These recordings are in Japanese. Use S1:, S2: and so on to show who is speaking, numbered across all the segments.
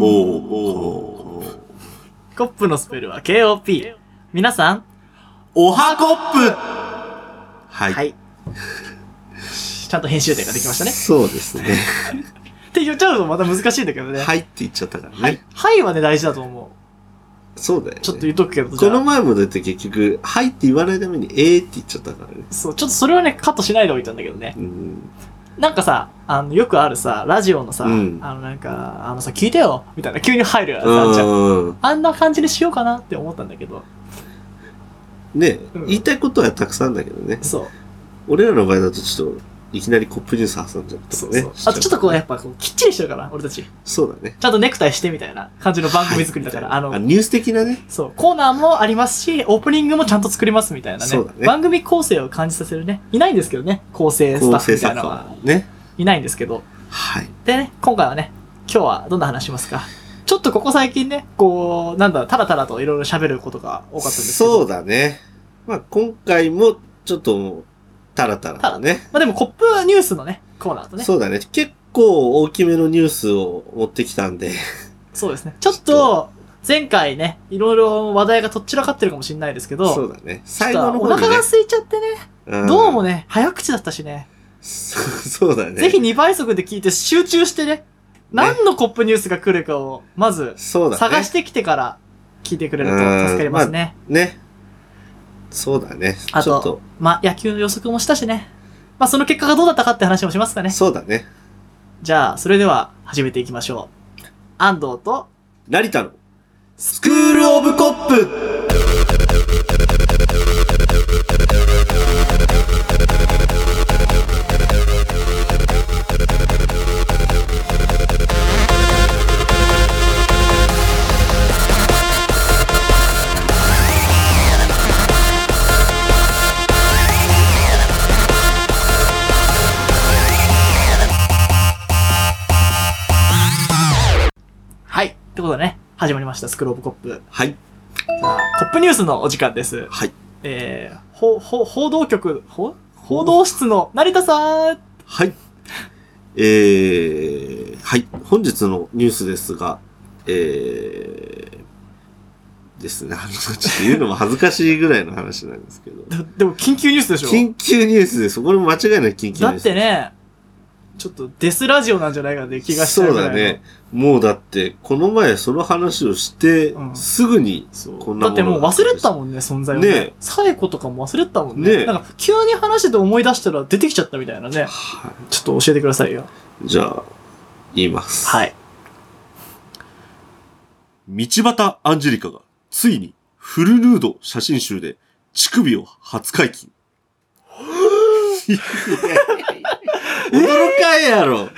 S1: おお
S2: コップのスペルは KOP。皆さん、
S1: おはコップはい。
S2: はい。ちゃんと編集点ができましたね。
S1: そうです ね。
S2: って言っちゃうとまた難しいんだけどね。。
S1: はいいって言っちゃったからね。
S2: はい。はいはね、大事だと思
S1: そうだよ、ね。
S2: う。ちょっと言っとくけど、じ
S1: こ
S2: ゃ
S1: の
S2: あ。
S1: 前もだって結局、はいって言わないために、えーって言っちゃったからね。
S2: そう、ちょっとそれはね、カットしないでおいたんだけどね。
S1: うん。
S2: なんかさ、あの、よくあるさ、ラジオのさ、
S1: うん
S2: あの、なんか、あのさ、聞いてよみたいな、急に入るやつ
S1: う
S2: あんじゃん。
S1: ん。
S2: あんな感じにしようかなって思ったんだけど、
S1: ね、
S2: うん
S1: 言いたいことはたくさんだけどね。
S2: そう、
S1: 俺らの場合だとちょっと、いきなりコップニュース挟んじゃったと
S2: そう
S1: かね。
S2: そう。あとちょっとこう、
S1: ね。
S2: やっぱこう、きっちりしてるから、俺たち。
S1: そうだね。
S2: ちゃんとネクタイしてみたいな感じの番組作りだから、
S1: はい
S2: あの、
S1: ニュース的なね。
S2: そう、コーナーもありますし、オープニングもちゃんと作りますみたいなね。
S1: そうだね
S2: 番組構成を感じさせるね。いないんですけどね、構成スタ
S1: 構
S2: ッフ
S1: 成
S2: みたい
S1: 作
S2: なの
S1: 家
S2: は。
S1: ね。
S2: いないんですけど。
S1: はい。
S2: でね、今回はね、今日はどんな話しますかちょっとここ最近ね、こう、なんだろう、たらたらといろいろ喋ることが多かったんですけど。
S1: そうだね。まあ今回も、ちょっともう、タラタラだね。
S2: まあでもコップニュースのね、コーナーとね。そ
S1: そう
S2: う
S1: だね。結構大きめのニュースを持ってきたんで。
S2: ですね。ちょっと、前回ね、いろいろ話題がとっちらかってるかもしれないですけど、
S1: そうだね。
S2: ちょっ
S1: 最後の
S2: とお
S1: 方に
S2: 腹
S1: ね
S2: が。空いちゃってね、
S1: ん
S2: どうもね、早口だったしね、
S1: そ そうだね。
S2: ぜひ2倍速で聞いて集中してね、何のコップニュースが来るかを、まず、
S1: そうだね。
S2: 探してきてから聞いてくれると助かりますね。
S1: ね。そうだね。
S2: あと
S1: ちょっと。
S2: まあ、野球の予測もしたしね。まあ、その結果がどうだったかって話もしますかね。
S1: そうだね。
S2: じゃあ、それでは始めていきましょう。安藤と、
S1: 成田の
S2: ス
S1: スクールオブコップ
S2: はい。ってことでね、始まりました、スクローブコップ。
S1: はい。
S2: さあコップニュースのお時間です。
S1: はい。
S2: えー、ほ、ほ、報道局、ほ報道室の成田さん
S1: はい。えー、はい。本日のニュースですが、えー、ですね。あの、ちょっと言うのも恥ずかしいぐらいの話なんですけど。
S2: ででも、緊急ニュースでしょ
S1: 緊急ニュースです。これも間違いない緊急ニュース。
S2: だってね、ちょっとデスラジオなんじゃないかって気がしちゃ
S1: そうう
S2: ぐらい
S1: だ
S2: の
S1: ね。。もうだって、この前その話をして
S2: う、ん
S1: すぐに、
S2: そう
S1: こんなも
S2: だっ
S1: の
S2: て
S1: が
S2: もう忘れてたもんね、存在をね。
S1: ねえ
S2: サエコとかも忘れてたもんね。
S1: ねえ
S2: なんか、急に話してて思い出したら出てきちゃったみたいなね。
S1: は
S2: ちょっと教えてくださいよ。
S1: いじゃあ、言います。
S2: はい。
S1: 道端アンジェリカが、ついに、フルヌード写真集で、乳首を初解 禁。驚かんやろ。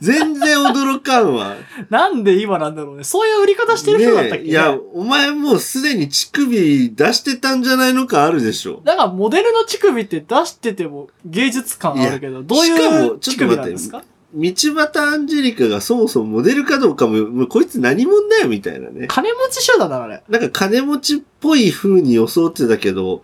S1: 全然驚かんわ。
S2: なんで今なんだろうね。そういう売り方してる人だった
S1: ね
S2: っけ、ね
S1: えいや、お前もうすでに乳首出してたんじゃないのかあるでしょ。
S2: だから、モデルの乳首って出してても芸術感あるけど、どう
S1: しか
S2: い
S1: も
S2: う
S1: ちょっ
S2: 乳
S1: と待って
S2: 首なんですか
S1: 道端アンジェリカがそもそもモデルかどうかも、もうこいつ何者だよみたいなね。
S2: 金持ち集団だな、あれ。
S1: なんか金持ちっぽい風に装ってたけど、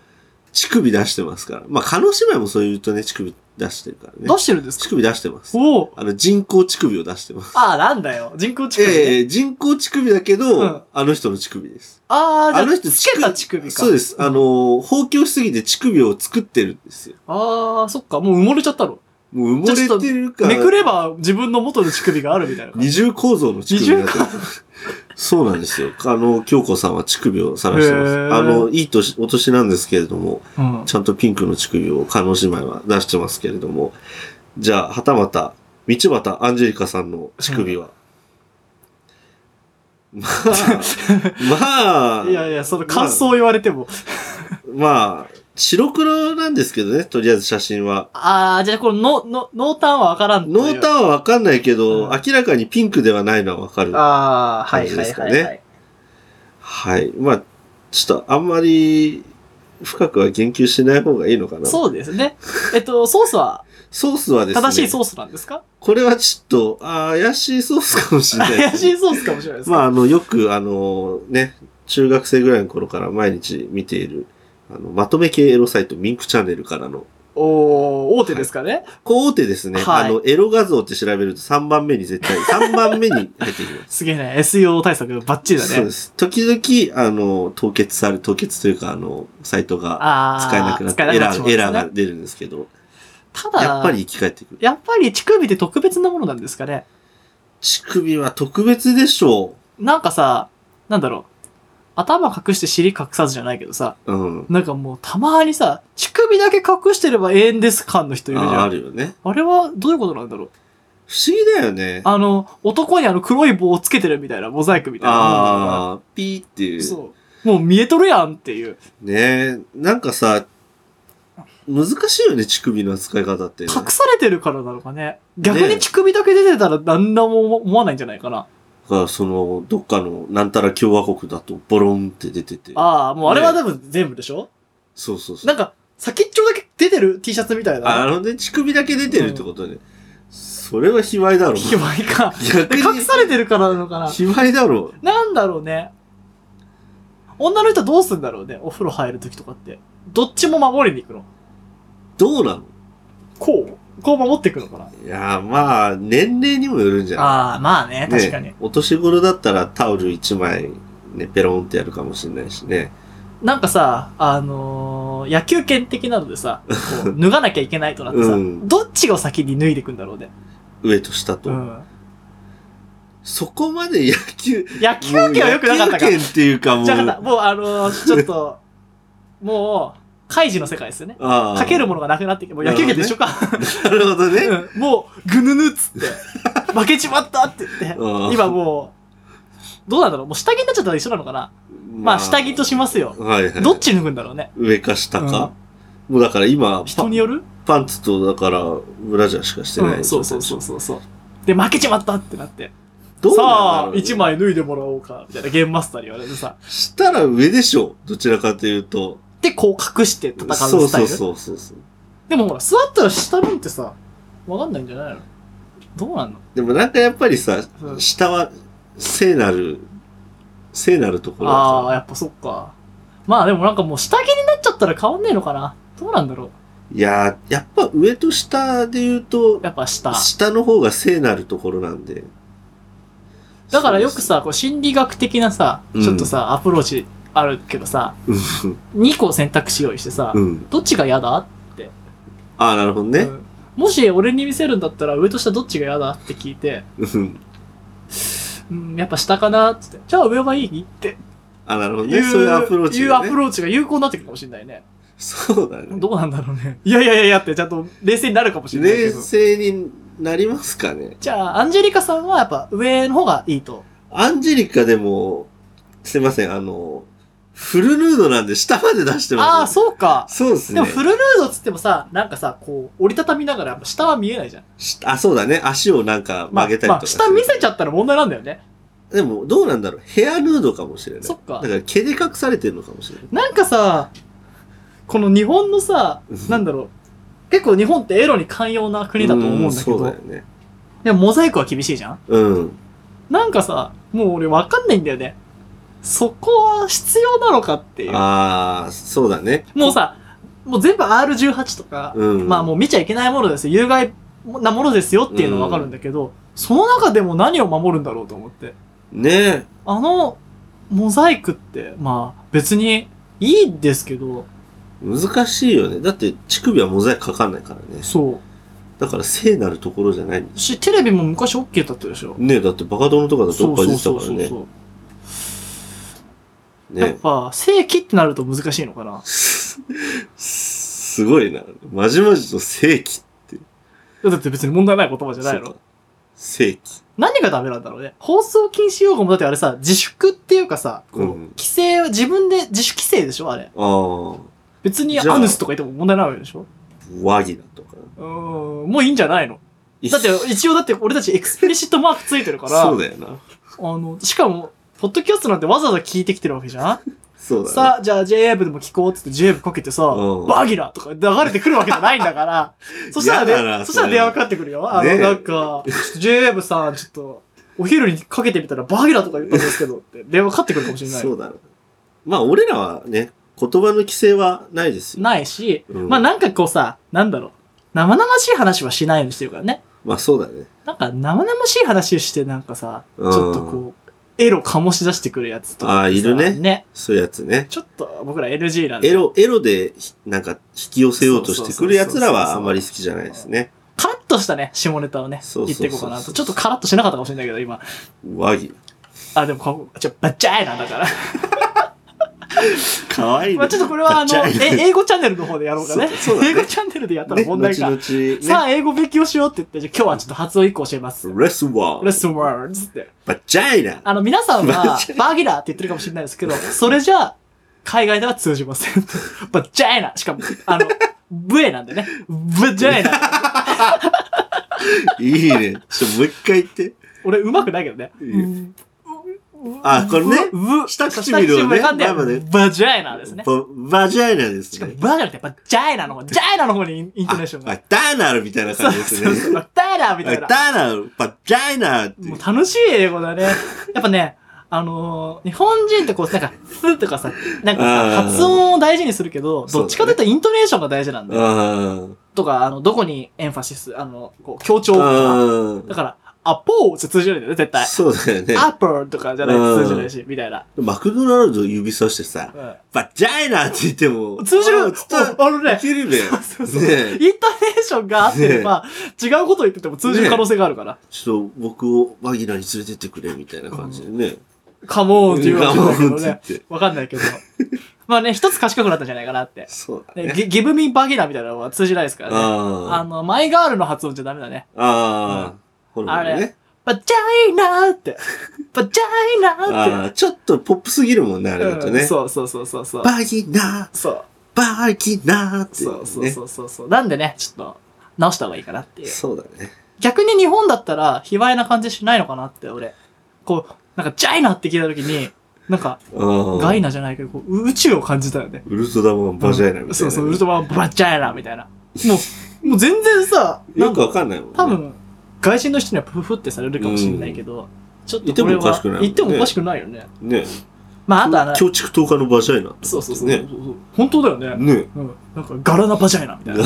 S1: 乳首出してますから。まあ、カノ姉妹もそう言うとね、乳首出してるからね
S2: 出。してるんです
S1: 乳
S2: か
S1: 首出してます。
S2: おお。
S1: あの、人工乳首を出してます。
S2: ああ、なんだよ。人工乳首、ね。
S1: ええ人工乳首だけど、
S2: うん
S1: あの人の乳首です。
S2: ああ、じゃあ、
S1: あの人
S2: つけた乳首か。
S1: そうです。あのー、放棄しすぎて乳首を作ってるんですよ。
S2: ああ、そっか。もう埋もれちゃったの。
S1: もう埋もれてるから。
S2: めくれば自分の元の乳首があるみたいな感
S1: 二
S2: じ。
S1: 重構造の乳首になってます。 そうなんですよ。あの、京子さんは乳首を探してま
S2: へ
S1: す。
S2: ー
S1: あの、いい年、お年なんですけれども、
S2: うん。
S1: ちゃんとピンクの乳首をカノ姉妹は出してますけれども、じゃあ、はたまた、道端アンジェリカさんの乳首は、まあ、ま
S2: い
S1: あ、
S2: やいや、その感想を言われても。
S1: まあ、白黒なんですけどね、とりあえず写真は。
S2: ああ、じゃあこの、の、濃淡はわからんと
S1: 濃
S2: いう。
S1: 淡はわかんないけど、
S2: うん
S1: 明らかにピンクではないのはわかる。
S2: ああ、は
S1: 感
S2: い
S1: じ
S2: は
S1: で
S2: い
S1: すか
S2: は
S1: ね
S2: い、はい。
S1: はい。まあ、ちょっとあんまり深くは言及しない方がいいのかな。
S2: そうですね。えっと、ソースは
S1: ソースはですね、
S2: 正しいソースなんですか
S1: これはちょっとあー怪しいソースかもしれない。
S2: 怪しいソースかもしれないですね。
S1: まあ、あの、よく、あの、ね、中学生ぐらいの頃から毎日見ている、あの、まとめ系エロサイト、ミンクチャンネルからの
S2: おー大手ですかね、
S1: こう大手ですね。
S2: はい
S1: あの、エロ画像って調べると3番目に絶対、3番目に入 ってきます。
S2: すげえね。SEO 対策バッチリだ
S1: そう
S2: ね
S1: で。す。時々、あの、凍結され、凍結というか、あの、サイトが
S2: あー
S1: 使えなくなって、
S2: 使え
S1: エ
S2: なくな
S1: ラ
S2: っち
S1: ー、
S2: まうんですね
S1: エラーが出るんですけど、
S2: ただ、
S1: やっぱり生き返ってくる。
S2: やっぱり乳首って特別なものなんですかね。
S1: 乳首は特別でしょ
S2: なんかさ、なんだろう。頭隠して尻隠さずじゃないけどさ、
S1: う。うん。
S2: なんかもうたまにさ、乳首だけ隠してれば永遠です感の人いるじゃん。
S1: あ
S2: あ
S1: あるよね。
S2: れはどういうことなんだろう。
S1: 不思議だよね。
S2: あの、男にあの黒い棒をつけてるみたいな、モザイクみたいなもんだか
S1: ああ、ピーってい
S2: ら。
S1: う。
S2: そう。もう見えとるやんっていう。
S1: ねえ、なんかさ、難しいよね、乳首の扱い方って、ね。
S2: 隠されてるからなのかね。逆
S1: ね
S2: に乳首だけ出てたら何だも思わないんじゃないかな。
S1: だからその、どっかの、なんたら共和国だと、ボロンって出てて。
S2: ああ、もうあれは多分全部でしょ、
S1: そうそうそう。
S2: なんか、先っちょだけ出てる T シャツみたい
S1: あ
S2: な。
S1: あのね、乳首だけ出てるってことね。それは卑猥だろう。
S2: 卑猥か。
S1: 逆
S2: で
S1: に
S2: 隠されてるからなのかな。
S1: 卑猥だろう。
S2: なんだろうね。女の人どうすんだろうね。お風呂入るときとかって。どっちも守りに行くの。
S1: どうなの
S2: こうこう守っていくのかな。
S1: いやー、まあ、年齢にもよるんじゃない
S2: ああ、まあね、
S1: ね
S2: 確かに。
S1: お年頃だったらタオル1枚、ね、ペロンってやるかもしれないしね。
S2: なんかさ、あのー野球拳的なのでさ、こ う脱がなきゃいけないとなってさ、
S1: うん
S2: どっちが先に脱いでいくんだろうね。
S1: 上と下と。
S2: うん。
S1: そこまで野球、
S2: 野球拳は良くなか
S1: も
S2: ったか。
S1: う
S2: じ
S1: 野球拳っていうかもう。
S2: ゃなかった。もうあのーちょっと、もう、開示の世界ですよね。
S1: ああ
S2: かけるものがなくなってきて、もう野球拳と一緒か。
S1: なるほどね。
S2: うん もう、ぐぬぬっつって、負けちまったって言って、
S1: うん
S2: 今もう、どうなんだろうもう下着になっちゃったら一緒なのかなまあ下着としますよ。
S1: はいはい。
S2: どっち脱ぐんだろうね。
S1: 上か下か。もうだから今、
S2: 人による
S1: パンツとだからブラジャーしかしてない、
S2: うんそうそうそうそうそう。で、負けちまったってなって。
S1: どう
S2: さ
S1: なんだろ
S2: あ
S1: う、ね
S2: 一。枚脱いでもらおうか、みたいなゲームマスターに言われてさ。
S1: したら上でしょ。どちらかというと。
S2: で、こう隠して戦うスタイ
S1: そ
S2: ル。
S1: うそうそうそうそう。
S2: でもほら、座ったら下なんてさ、わかんないんじゃないのどうなんの
S1: でもなんかやっぱりさ、
S2: うん
S1: 下は聖なる、聖なるところ
S2: ああ、
S1: だ
S2: やっぱそっか。まあでもなんかもう下着になっちゃったら変わんねえのかなどうなんだろう
S1: いやー、やっぱ上と下で言うと、
S2: やっぱ下。
S1: 下の方が聖なるところなんで。
S2: だからよくさ、こう心理学的なさ、
S1: うん
S2: ちょっとさ、アプローチあるけどさ、
S1: そうです、
S2: 2個選択肢用意してさ、
S1: うん。うん。
S2: どっちが嫌だ、
S1: ああ、なるほどね
S2: う。んもし俺に見せるんだったら上と下どっちが嫌だって聞いて、
S1: うん。
S2: うん、やっぱ下かなっつって、じゃあ上はいいって
S1: あ、なるほど
S2: い
S1: ね。
S2: う、
S1: そういうアプローチ、ね。
S2: いうアプローチが有効になってくるかもしれないね。
S1: そうだね。
S2: どうなんだろうね。いやいやいやいやって、ちゃんと冷静になるかもしれないけ
S1: 冷
S2: ど。
S1: 静になりますかね。
S2: じゃあ、アンジェリカさんはやっぱ上の方がいいと。
S1: アンジェリカでも、すいません、あの、フルヌードなんで下まで出してます、
S2: ああ、そうか。
S1: そうです
S2: で
S1: ね
S2: もフルヌードっつってもさ、なんかさ、こう、折りたたみながらやっぱ下は見えないじゃん。
S1: しあ、そうだね。足をなんか
S2: まあ
S1: 曲げたりとか、
S2: まあ、下見せちゃったら問題なんだよね。
S1: でも、どうなんだろう。ヘアヌードかもしれない。
S2: そっか
S1: だから毛で隠されてるのかもしれない。
S2: なんかさ、この日本のさ
S1: うん、
S2: なんだろう。結構日本ってエロに寛容な国だと思うんだけ
S1: うそうだ
S2: ど
S1: よ、ね。
S2: でもモザイクは厳しいじゃん
S1: うん。
S2: なんかさ、もう俺わかんないんだよね。そこは必要なのかっていう。
S1: ああ、そうだね。
S2: もうさ、もう全部 R18 とか、
S1: うん
S2: まあもう見ちゃいけないものですよ。有害なものですよっていうのはわかるんだけど、その中でも何を守るんだろうと思って。
S1: ね
S2: あの、モザイクって、まあ別にいいんですけど、
S1: 難しいよね。だって、乳首はモザイクかかんないからね。
S2: そう。
S1: だから、聖なるところじゃない。
S2: し、テレビも昔 OK だったでしょ。
S1: ねだって、バカ殿とかだと
S2: そ
S1: ど
S2: う
S1: っか
S2: そ
S1: 出
S2: う
S1: てた
S2: そ
S1: か
S2: う
S1: ら
S2: そう
S1: ね。
S2: そう。やっ
S1: ね
S2: ぱ、正規ってなると難しいのかな。
S1: すごいな。まじまじと正規
S2: だって別に問題ない言葉じゃない
S1: そ
S2: の
S1: うか。正規。
S2: 何がダメなんだろうね。放送禁止用語もだってあれさ、自粛っていうかさ、こう、
S1: うん
S2: 規制は自分で自主規制でしょあれ。
S1: ああ、
S2: 別に
S1: じゃあ
S2: アヌスとか言っても問題ないわけでしょ
S1: 和議だとか。
S2: うーん、もういいんじゃないのだって一応だって俺たちエクスペリシットマークついてるから、
S1: そうだよな。
S2: あの、しかも、ポッドキャストなんてわざわざ聞いてきてるわけじゃん、
S1: そうだね。
S2: さあ、じゃあ JA 部でも聞こうって言って JA 部かけてさ、
S1: うん
S2: バギラとか流れてくるわけじゃないんだから、そした
S1: 嫌だ
S2: ら
S1: な
S2: ね、そしたら
S1: それ
S2: 電話かかってくるよ。あの、
S1: ねえ
S2: なんか、ちょっと JA 部さん、ちょっと、お昼にかけてみたらバギラとか言ったんですけどって、電話かかってくるかもしれない。
S1: そうだろう。まあ、俺らはね、言葉の規制はないですよ。
S2: ないし、
S1: うん
S2: まあなんかこうさ、なんだろう。生々しい話はしないようにしてるからね。
S1: まあそうだね。
S2: なんか生々しい話をしてなんかさ、ち
S1: う
S2: ょ
S1: ん
S2: っとこう、エロ醸し出してくるやつとかさ。
S1: あーいるね
S2: ね。
S1: そういうやつね。
S2: ちょっと僕ら NG なんで。
S1: エロ、エロでひ、なんか、引き寄せようとしてくる奴らはあんまり好きじゃないですね。
S2: カラッとしたね、下ネタをね、
S1: そう
S2: 言
S1: そう
S2: っ
S1: そう
S2: ていこうかなと。ちょっとカラッとしなかったかもしれないけど、今。
S1: 和牛。
S2: あ、でもここ、ちょ、バッチャイなんだから。
S1: かわいい
S2: まあちょっとこれはあの、え英語チャンネルの方でやろうかね。
S1: そうそうだね
S2: 英語チャンネルでやったら
S1: ね、
S2: 問題か。さ
S1: 後
S2: あ、英語勉強しようって言って、じゃあ今日はちょっと発音一個教えます。
S1: 々ね。レスワン。
S2: レッスンワールズって。
S1: バジャイナ。
S2: あの、皆さん
S1: バ
S2: は
S1: ッチャ、イ
S2: バーギラーって言ってるかもしれないですけど、それじゃあ、海外では通じません。バッジャイナしかも、あの、ブエなんでね。バッジャイナ
S1: いいね。ちょ、もう一回言って。
S2: 俺、うまくないけどね。
S1: いいよあ、これね。
S2: ブ
S1: 下唇をね
S2: 下で
S1: 前まで
S2: バジャイナですね。
S1: ババジャイナです
S2: しかも、
S1: ね。
S2: バーじゃなくて、バジャイナの 方、ジャイナの方にインイントネーション
S1: あ
S2: が。
S1: ダーナルみたいな
S2: そう
S1: 感じで
S2: そう
S1: す
S2: そう。
S1: ね。
S2: バダラみ
S1: あ
S2: たい
S1: ダー
S2: な。
S1: ナル、バジャイナってい
S2: も
S1: う
S2: う。楽しい英語だね。やっぱね、あのー日本人ってこう、なんか、ふとかさ、なんか
S1: あー
S2: さ、発音を大事にするけど、
S1: そうだね
S2: どっちかというとイントネーションが大事なんだよ。
S1: あー
S2: とか、あの、どこにエンファシス、あの、こう、強調とか。
S1: あ
S2: だから、アポーって通じるんだよね、絶対
S1: ー。。そうだよね。
S2: アップルとかじゃないと通じないし、みたいな。
S1: マクドナルド指さしてさ、
S2: う
S1: バジャイナって言っても。
S2: ん、通じる
S1: あ
S2: お
S1: ー伝わ
S2: あのね
S1: い、けるね。
S2: そうそう。イント
S1: ねえ
S2: ネーションが合ってれば、違うこと言ってても通じる可能性があるから。
S1: ちょっと僕をマギラに連れてってくれみたいな感じでね。
S2: カモーンって言うわけだけ
S1: うん
S2: ど
S1: って言
S2: ね
S1: っ。て。
S2: わかんないけど。まあね、一つ賢くなったんじゃないかなって。
S1: そうだ
S2: ね、
S1: ね。
S2: ギギブミーバギナみたいなのは通じないですからね。あ
S1: あ
S2: の、マイガールの発音じゃダメだね。
S1: あ。ああ。ホルモン
S2: あ
S1: ね
S2: れ。バジャイナー って。バジャイナーって。
S1: ああ、ちょっとポップすぎるもんね、あれだと
S2: う
S1: ね
S2: ん。そうそうそうそうそう。
S1: バギナ
S2: そう
S1: ー、バギナーってい
S2: そうそう
S1: ね。
S2: そうそうそう。なんでね、ちょっと直した方がいいかなっていう。
S1: そうだね。
S2: 逆に日本だったら、卑猥な感じしないのかなって、俺。こう、なんか、ジャイナって聞いた時に、なんか、ガ
S1: ガ
S2: イナじゃないけど、こう宇宙を感じたよね。
S1: ウルトラマンバジャイナみたいな。
S2: そうそう、ウルトラマンバッチャイナみたいな。もう、もう全然さ、な
S1: よ
S2: ん
S1: く
S2: か
S1: わかんないもんね。
S2: 多分、外人の人にはプフってされるかもしれないけど、ちょっとこれは
S1: 言
S2: 言
S1: っ
S2: ってて
S1: も
S2: も
S1: お
S2: お
S1: か
S2: か
S1: し
S2: しくないよね。
S1: ね。
S2: まあ、あとあの、
S1: 強畜闘家のバジャイナ。
S2: そうそうそうそう、
S1: ね
S2: 本当だよね。
S1: ね。
S2: うん、なんか、ガラナバジャイナみ たいな。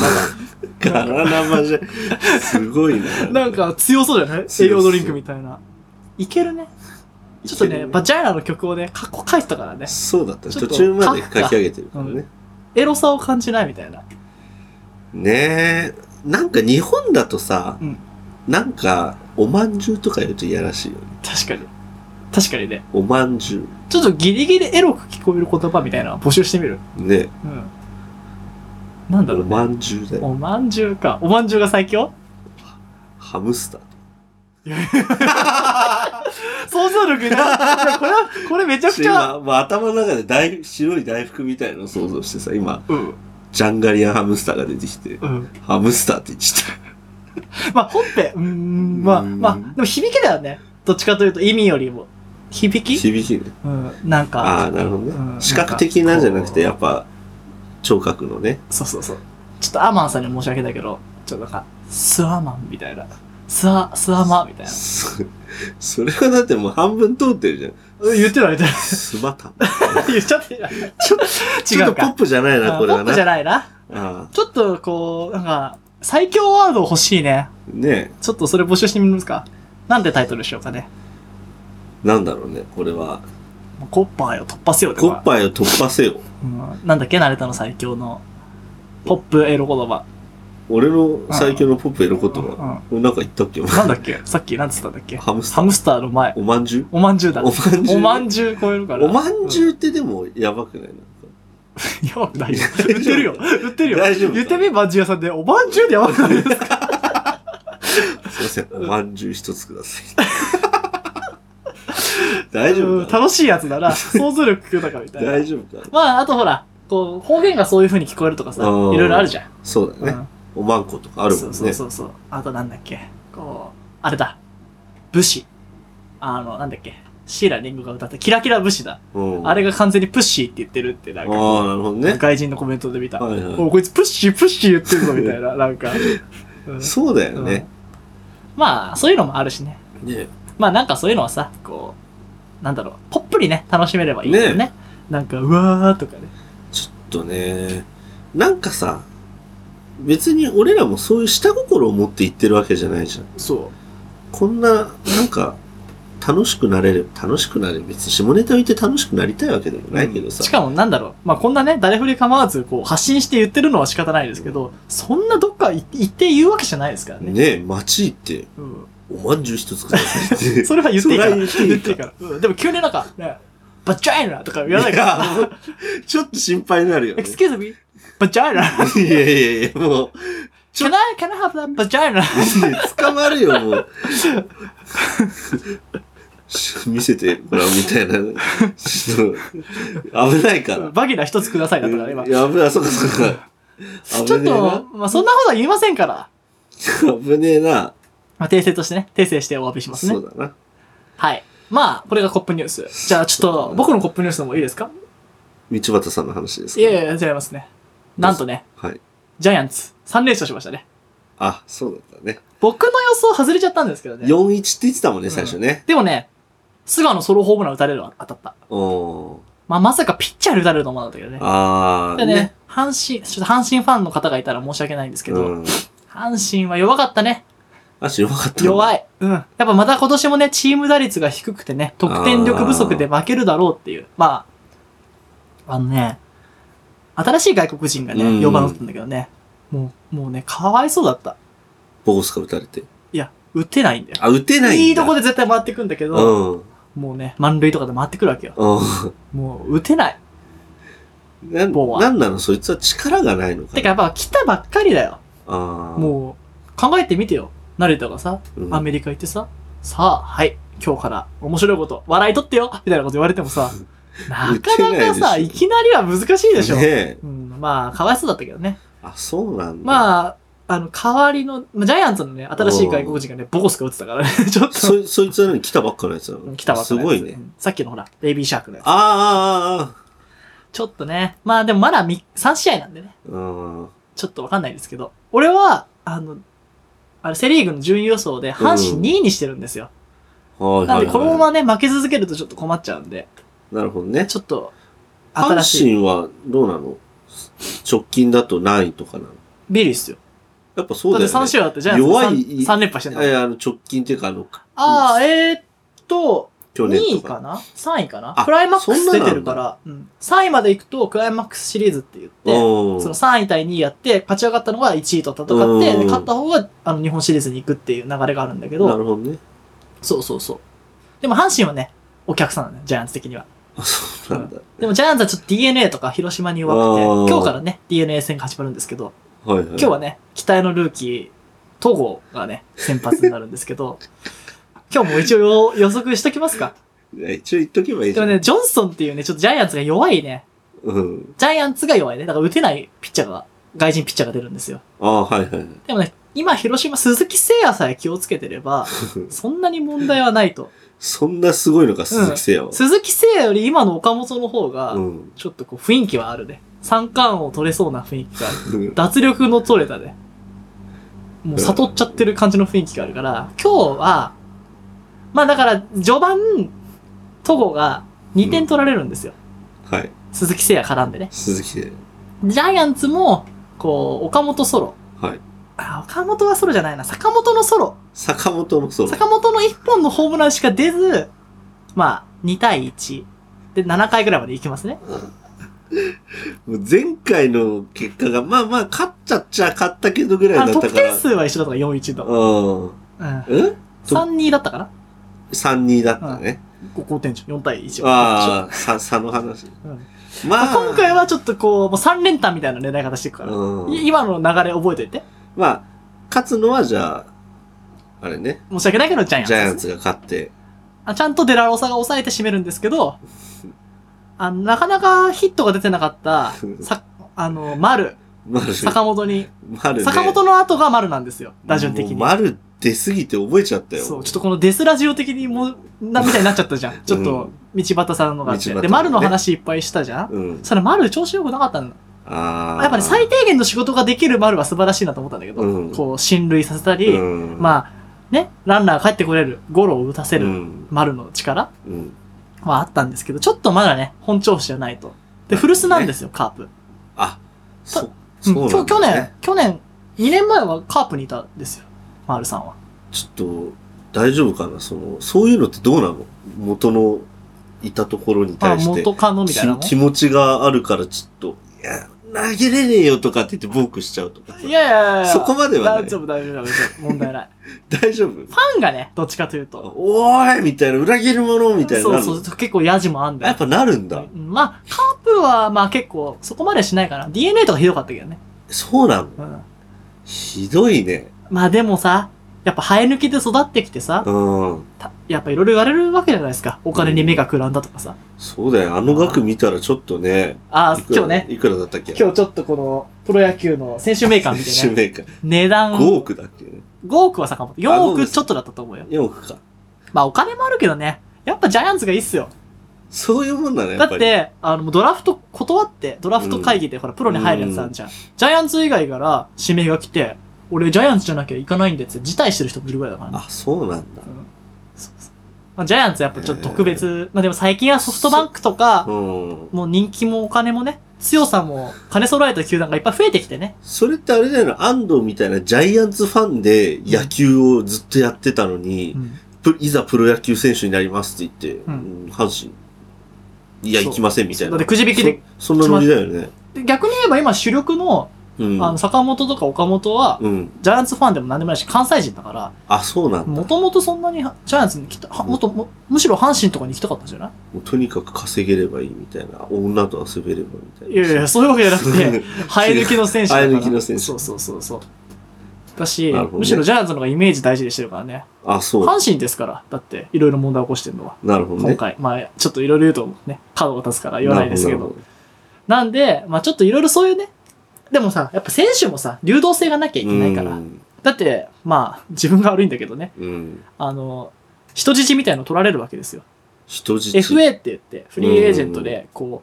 S1: ガラナバジャイナ。すごいな。
S2: なんか強そうじゃな
S1: 強
S2: い栄
S1: そう
S2: 養ドリンクみたいな。いけるね。ちょっと
S1: いける
S2: ね、
S1: ね
S2: バジャイナの曲をね、かっこ書いてたからね。
S1: そうだった。
S2: ちょ
S1: 途
S2: っと
S1: 中まで書き上げてるからね。
S2: エロさを感じないみたいな。
S1: ねえ。なんか日本だとさ
S2: うん、
S1: なんか、おまんじゅうとか言うといやらしいよね。
S2: 確かに。確かにね。
S1: おまんじゅ
S2: ちょっとギリギリエロく聞こえる言葉みたいなの募集してみる。
S1: う。ね。
S2: うん。なんだろ
S1: お
S2: うね。
S1: まんじゅうだよ。
S2: おまんじゅうか。おまんじゅうが最強
S1: ハムスター。
S2: 想像力 な。これは、これめちゃくちゃ。
S1: 今、まあ、頭の中で大白い大福みたいのを想像してさ、今、
S2: うん。
S1: ジャンガリアンハムスターが出てきて、
S2: うん。
S1: ハムスターって言っちゃっ
S2: まあ、ほっぺ。うーん。まあ、
S1: うん
S2: まあ、でも響きだよね。どっちかというと意味よりも。響
S1: た。
S2: き
S1: 響きね。
S2: うん。なんか。
S1: ああ、なるほどね。
S2: うん
S1: 視覚的なんじゃなくて、やっぱ、聴覚のね。
S2: そうそうそう。ちょっとアマンさんに申し訳ないけど、ちょっとなんか、スアマンみたいな。スア、スアマみたいな。
S1: そそれはだってもう半分通ってるじゃん。
S2: うん言ってない、言ってない。
S1: スバ タ。
S2: 言っちゃってない。
S1: ち ょち
S2: 違
S1: ょっとポ
S2: う
S1: ッ
S2: か。
S1: プじゃない
S2: あ
S1: な、
S2: ポ
S1: これは
S2: ップじゃ
S1: な。
S2: ないな。
S1: ああ
S2: ちょっとこう、なんか、最強ワード欲しいね。
S1: ね
S2: ちょっとそれ募集してみますか。なんてタイトルしようかね。
S1: え。なんだろうね、これは。
S2: もうコッパーよ、突破せよと
S1: コッ
S2: か。
S1: パイを突破せよ。
S2: うん、なんだっけ、慣れたの最強の。ポップエロ言葉。
S1: 俺の最強のポップエロ言
S2: う
S1: 葉。
S2: ん
S1: これなんか言ったっけ
S2: なんだっけさっきなんつったんだっけ
S1: ハムスタ
S2: ハ
S1: ー。
S2: ムスターの前。
S1: おまんじゅう
S2: おまんじゅうだ。
S1: おまんじゅう
S2: おまんじゅう超えるから。
S1: おまんじ
S2: う
S1: ゅうってでもやばくないなんか
S2: やばくないよ。売ってるよ。売ってるよ。
S1: 大丈夫
S2: 言ってみ、まんじゅう屋さんで。おまんじゅうでやばくないですか
S1: すいません、おまんじゅう一つください。 大丈
S2: うん
S1: 夫か
S2: 楽しいやつなら、想像力だからみた
S1: ない
S2: な。
S1: 大丈夫かな
S2: まあ、あとほら、こう、方言がそういう風に聞こえるとかさ、い
S1: あー
S2: ろいろあるじゃん。
S1: そう
S2: う
S1: だね。
S2: ん
S1: おまんことかあるもん
S2: そ
S1: ね。
S2: うそうそうそう。あとなんだっけ。こう、あれだ。武士。あの、なんだっけ。シーラリングが歌った、キラキラ武士だ。
S1: うん
S2: あれが完全にプッシーって言ってるって、なんか、
S1: ああ、なるほどね。
S2: 外人のコメントで見た。
S1: はいはい
S2: おこいつプッシープッシー言ってるぞ、みたいな、なんか。うん
S1: そうだよね。
S2: うんまあ、そういうのもあるしね。
S1: ね
S2: まあなんかそういうのはさ、こう、なんだろう、ポップにね、楽しめればいいよね。
S1: ね
S2: なんか、うわーとかね。
S1: ちょっとね、なんかさ、別に俺らもそういう下心を持って言ってるわけじゃないじゃん。
S2: そ
S1: こんな、なんか、楽しくなれる、楽しくなれる。別に下ネタを言って楽しくなりたいわけでも
S2: う。
S1: ないけど
S2: うん
S1: さ
S2: し。かもなんだろう。まあ、こんなね、誰振り構わず、こう、発信して言ってるのは仕方ないですけど、そんなどっか行って行って言うわけじゃないですからね。
S1: ねえ、街行って、
S2: うん。
S1: おまんじゅう一つくださいって。
S2: それは言っていいから。
S1: それは言っていい
S2: 言っていいから。うんでも急になんか、ね、バジャイナとか言わないから。
S1: いやちょっと心配になるよね。
S2: Excuse me? バジャイナ
S1: いやいやいや、もう、
S2: can I, can I have that vagina?
S1: 捕まるよ、もう。見せてもらうみたいな。ちょっと、危ないから。
S2: バギナ一つくださいだから今。
S1: い
S2: ち
S1: や、危ない、そっかそっか。
S2: ょっ
S1: 危ねえ
S2: と、まあそんなことは言いませんから。
S1: な。危ねえな。
S2: まあ訂正としてね、訂正してお詫びします
S1: そ
S2: ね
S1: う。だな。
S2: はい。まあ、これがコップニュース。じゃあちょっと、僕のコップニュースのもいいですか
S1: 道端さんの話です
S2: い
S1: か
S2: やいや、違いますね。なんとね、
S1: はい。
S2: ジャイアンツ3連勝しましたね。
S1: あ、そうだったね。
S2: 僕の予想外れちゃったんですけどね。
S1: 4-1って言ってたもんね、最初ね。
S2: でもね、菅野ソロホームラン打たれるのは当たった。
S1: おー。
S2: まあまさかピッチャーで打たれると思うんだけどね。
S1: あー。
S2: でね、阪神、ちょっと阪神ファンの方がいたら申し訳ないんですけ
S1: う
S2: ど、
S1: ん。
S2: 阪神は弱かったね。
S1: 足弱かったな
S2: 弱い。うん。やっぱまた今年もね、チーム打率が低くてね、得点力不足で負けるだろうっていう。まあ、あのね、新しい外国人がね、
S1: うん
S2: 4番打ったんだけどね、もう、もうね、かわいそうだった。
S1: ボースか打たれて。
S2: いや、打てないんだよ。
S1: あ、打てないんだ。
S2: いいとこで絶対回ってくんだけ
S1: う
S2: ど、
S1: ん。うん。
S2: もうね、満塁とかで回ってくるわけよ。もう、打てない。
S1: なん
S2: ボーは
S1: なんなのそいつは力がないのか
S2: てかやっぱ来たばっかりだよ。
S1: ああ。
S2: もう、考えてみてよ。慣れたがさ、
S1: うん
S2: アメリカ行ってさ、さあ、はい、今日から面白いこと、笑い取ってよみたいなこと言われてもさ、なかなか
S1: 打て
S2: さ、
S1: ないでしょ
S2: いきなりは難しいでしょ。
S1: ねえ。
S2: うん、まあ、かわいそうだったけどね。
S1: あ、そうなんだ。あ。
S2: まあ、あの、代わりの、まあジャイアンツのね、新しい外国人がね、ボコスカ打ってたからね、 ちょっと、
S1: そ、そいつは何来たばっかのやつなの
S2: 来たわけ
S1: す
S2: なん
S1: ご
S2: で
S1: いね
S2: う。んさっきのほら、ベイビーシャークのやつ。
S1: あーあ
S2: ちょっとね、まあでもまだみ3試合なんでね、
S1: ー、あーあー、うん。
S2: ちょっとわかんないですけど、俺は、あの、あれ、セリーグの順位予想で、阪神2位にしてるんですよ。
S1: はいはい、はい。
S2: なんで、このままね、負け続けるとちょっと困っちゃうんで、
S1: なるほどね。
S2: ちょっと、新
S1: 阪
S2: しい。
S1: 神はどうなの直近だと何位とかなの
S2: ビリーっすよ。
S1: やっぱそう
S2: だっ
S1: だ
S2: て
S1: よ
S2: 3
S1: ね。
S2: 試合だったじゃん。
S1: 弱い
S2: 3連覇してんだ
S1: い
S2: もん。
S1: や、あの、直近っていうか、あの、
S2: ああ、えーっと、
S1: 去
S2: 2
S1: 年と
S2: 位
S1: か。
S2: かな ?3 位かな
S1: あ
S2: クライマックス出てるか
S1: そんな
S2: ら、うん、3位まで行くとクライマックスシリーズって言って、
S1: うん
S2: その3位対2位やって、勝ち上がったのが1位と戦って、
S1: うん
S2: で勝った方があの日本シリーズに行くっていう流れがあるんだけ
S1: な
S2: ど、
S1: るほどね。
S2: そうそうそう。でも阪神はね、お客さんなんだよ、ジャイアンツ的には。
S1: あ、そうなんだ。
S2: でもジャイアンツはちょっと DNA とか広島に弱くて、
S1: うん
S2: 今日からね、DNA 戦が始まるんですけど、
S1: はいはい。今
S2: 今日はね、期待のルーキー、戸郷がね、先発になるんですけど、 今日も一応予測しときますか。
S1: いや一応言っとけばいいじ
S2: で
S1: ゃ
S2: も
S1: ん。
S2: ね、ジョンソンっていうね、ちょっとジャイアンツが弱いね。
S1: うん。
S2: ジャイアンツが弱いね。だから打てないピッチャーが、外人ピッチャーが出るんですよ。
S1: ああ、はいはいはい。
S2: でもね、今広島、鈴木誠也さえ気をつけてれば、 そんなに問題はないと。
S1: そんなすごいのか、鈴木誠也は。
S2: 鈴木誠也より今の岡本の方が
S1: う、ん。
S2: ちょっとこう雰囲気はあるね。三冠を取れそうな雰囲気がある。
S1: うん
S2: 脱力の取れたね。もう悟っちゃってる感じの雰囲気があるから、今日は、まあだから、序盤、戸郷が2点取られるんですよ。
S1: はい。
S2: 鈴木誠也絡んでね。
S1: 鈴木で。
S2: ジャイアンツも、こう、岡本ソロ。
S1: はい。
S2: あ、岡本はソロじゃないな。坂本のソロ。
S1: 坂本のソロ。
S2: 坂本の1本のホームランしか出ず、まあ、2対1。で、7回ぐらいまで行きますね。
S1: もう前回の結果が、まあまあ、勝っちゃっちゃ勝ったけどぐら
S2: あ
S1: い
S2: の、
S1: だった
S2: 得
S1: から。
S2: 点数は一緒だったから、4-1だ。
S1: うん。
S2: うん。
S1: えと
S2: 3-2だったかな
S1: ?3-2 だったね。
S2: ?5 点中、4対1。
S1: ああ、さ、差の話。
S2: うん
S1: まあ、
S2: 今回はちょっとこう、もう3連単みたいな狙い方していくから、
S1: うん
S2: い今の流れ覚えといて。
S1: まあ、勝つのはじゃあ、あれね、
S2: 申し訳ないけど、ジャイアンツ
S1: ジャ
S2: で
S1: イ
S2: す
S1: アンツが勝って、
S2: あ。ちゃんとデラロサが抑えて締めるんですけ ど、あなかなかヒットが出てなかった、さあの、丸、
S1: 丸、
S2: 坂本に、
S1: 丸ね、
S2: 坂本の後が丸なんですよ、打順的
S1: もう
S2: に。
S1: 丸出すぎて覚えちゃったよ。
S2: そう、ちょっとこのデスラジオ的にもう、な、みたいになっちゃったじゃん。ちょっと、道端さんのがあって。
S1: 道端ね
S2: で、丸の話いっぱいしたじゃん。
S1: うん。
S2: それ丸調子良くなかったの。
S1: ああ。
S2: やっぱね、最低限の仕事ができる丸は素晴らしいなと思ったんだけど、
S1: うん
S2: こう、進塁させたり、
S1: うん、あ、
S2: まあ、ね、ランナー帰ってこれる、ゴロを打たせ
S1: う
S2: る、
S1: ん。
S2: 丸の力
S1: うん。
S2: はあったんですけど、ちょっとまだね、本調子じゃないと。で、古巣なんですよ、カープ。
S1: あ、そ、
S2: う
S1: そ
S2: ん
S1: うなん
S2: 去去
S1: だ
S2: 年
S1: ね。、
S2: 去年、2年前はカープにいたんですよ、マールさんは。
S1: ちょっと、大丈夫かなその、そういうのってどうなの元の、いたところに
S2: あ、
S1: 対して。
S2: 元カノみたいなの
S1: き気持ちがあるからちょっと、いや、投げれねえよとかって言ってボークしちゃうとか。
S2: いやいやいやいや
S1: そこまではない
S2: 大丈夫、大丈夫、大丈夫。問題 ない。
S1: 大丈夫
S2: ファンがね、どっちかというと。
S1: おーいみたいな、裏切る者みたいな。
S2: そうそう、結構ヤジもあんだ
S1: や
S2: よ
S1: っ。ぱなるんだ。
S2: うんまあ、カープは、まあ結構、そこまでしないかな。DNA とかひどかったけどね。
S1: そうなの
S2: うん。
S1: ひどいね。
S2: まあでもさ、やっぱ生え抜きで育ってきてさ、
S1: うん。
S2: たやっぱいろいろ言われるわけじゃないですか。お金に目がくらんだとかさ。
S1: そうだよ。あの額見たらちょっとね。
S2: ああ
S1: い、くら
S2: 今日ね。
S1: いくらだったっけ
S2: 今日ちょっとこの、プロ野球の選手名鑑見 て
S1: 指
S2: ね、
S1: 名か。
S2: 値段、
S1: 5
S2: 5
S1: 億だっけね。
S2: 億は坂本、4
S1: あそうで
S2: 億
S1: す
S2: ちょっとだったと思うよ。
S1: 4億か。
S2: まあお金もあるけどね、やっぱジャイアンツがいいっすよ。
S1: そういうもんだね、や
S2: だ
S1: っぱ
S2: っ
S1: り。
S2: て、あの、もうドラフト断って、ドラフト会議でほら、プロに入るやつあるじゃん。ジャイアンツ以外から指名が来て、俺ジャイアンツじゃなきゃ行かないんでっつって辞退してる人もいるぐらいだからね。
S1: あ、そうなんだ
S2: う。んそうそうまあ、ジャイアンツやっぱちょっと特別、まあでも最近はソフトバンクとか、
S1: うん。
S2: もう人気もお金もね、強さも金揃えた球団がいっぱい増えてきてね。
S1: それってあれだよな、安藤みたいなジャイアンツファンで野球をずっとやってたのに、プいざプロ野球選手になりますって言って、
S2: うん
S1: うん阪神、いや、
S2: そう
S1: 行きませんみたい
S2: だ
S1: な
S2: って。くじ引きで、
S1: そそんなノリだよね。
S2: で逆に言えば今主力の、
S1: うん。
S2: あの、坂本とか岡本は、
S1: うん。
S2: ジャイアンツファンでも何でもないし、関西人だから、
S1: あ、そうなんだ。
S2: も
S1: も
S2: ともとそんなにジャイアンツに来た、はもっとも、むしろ阪神とかに行きたかったんじゃな
S1: うとにかく稼げればいいみたいな。女と遊べればみたい
S2: い
S1: な。
S2: いやいや、そういうわけじゃなくて、生え抜きの選手だから。
S1: 生え抜きの選手
S2: そうそうそうそう。だし、
S1: なるほどね
S2: むしろジャイアンツの方がイメージ大事にしてるからね。
S1: あ、そう。
S2: 阪神ですから、だって、いろいろ問題起こしてるのは。
S1: なるほどね。
S2: 今回、まあ、ちょっといろいろ言うとね、角が立つから言わないですけ
S1: なる
S2: ど。
S1: ほど
S2: なんで、まあちょっといろいろそういうね、でもさ、やっぱ選手もさ、流動性がなきゃいけないか
S1: う
S2: ら。
S1: ん
S2: だって、まあ、自分が悪いんだけどね、
S1: うん。
S2: あの、人質みたいの取られるわけですよ。
S1: 人質。
S2: FA って言って、フリーエージェントで、こ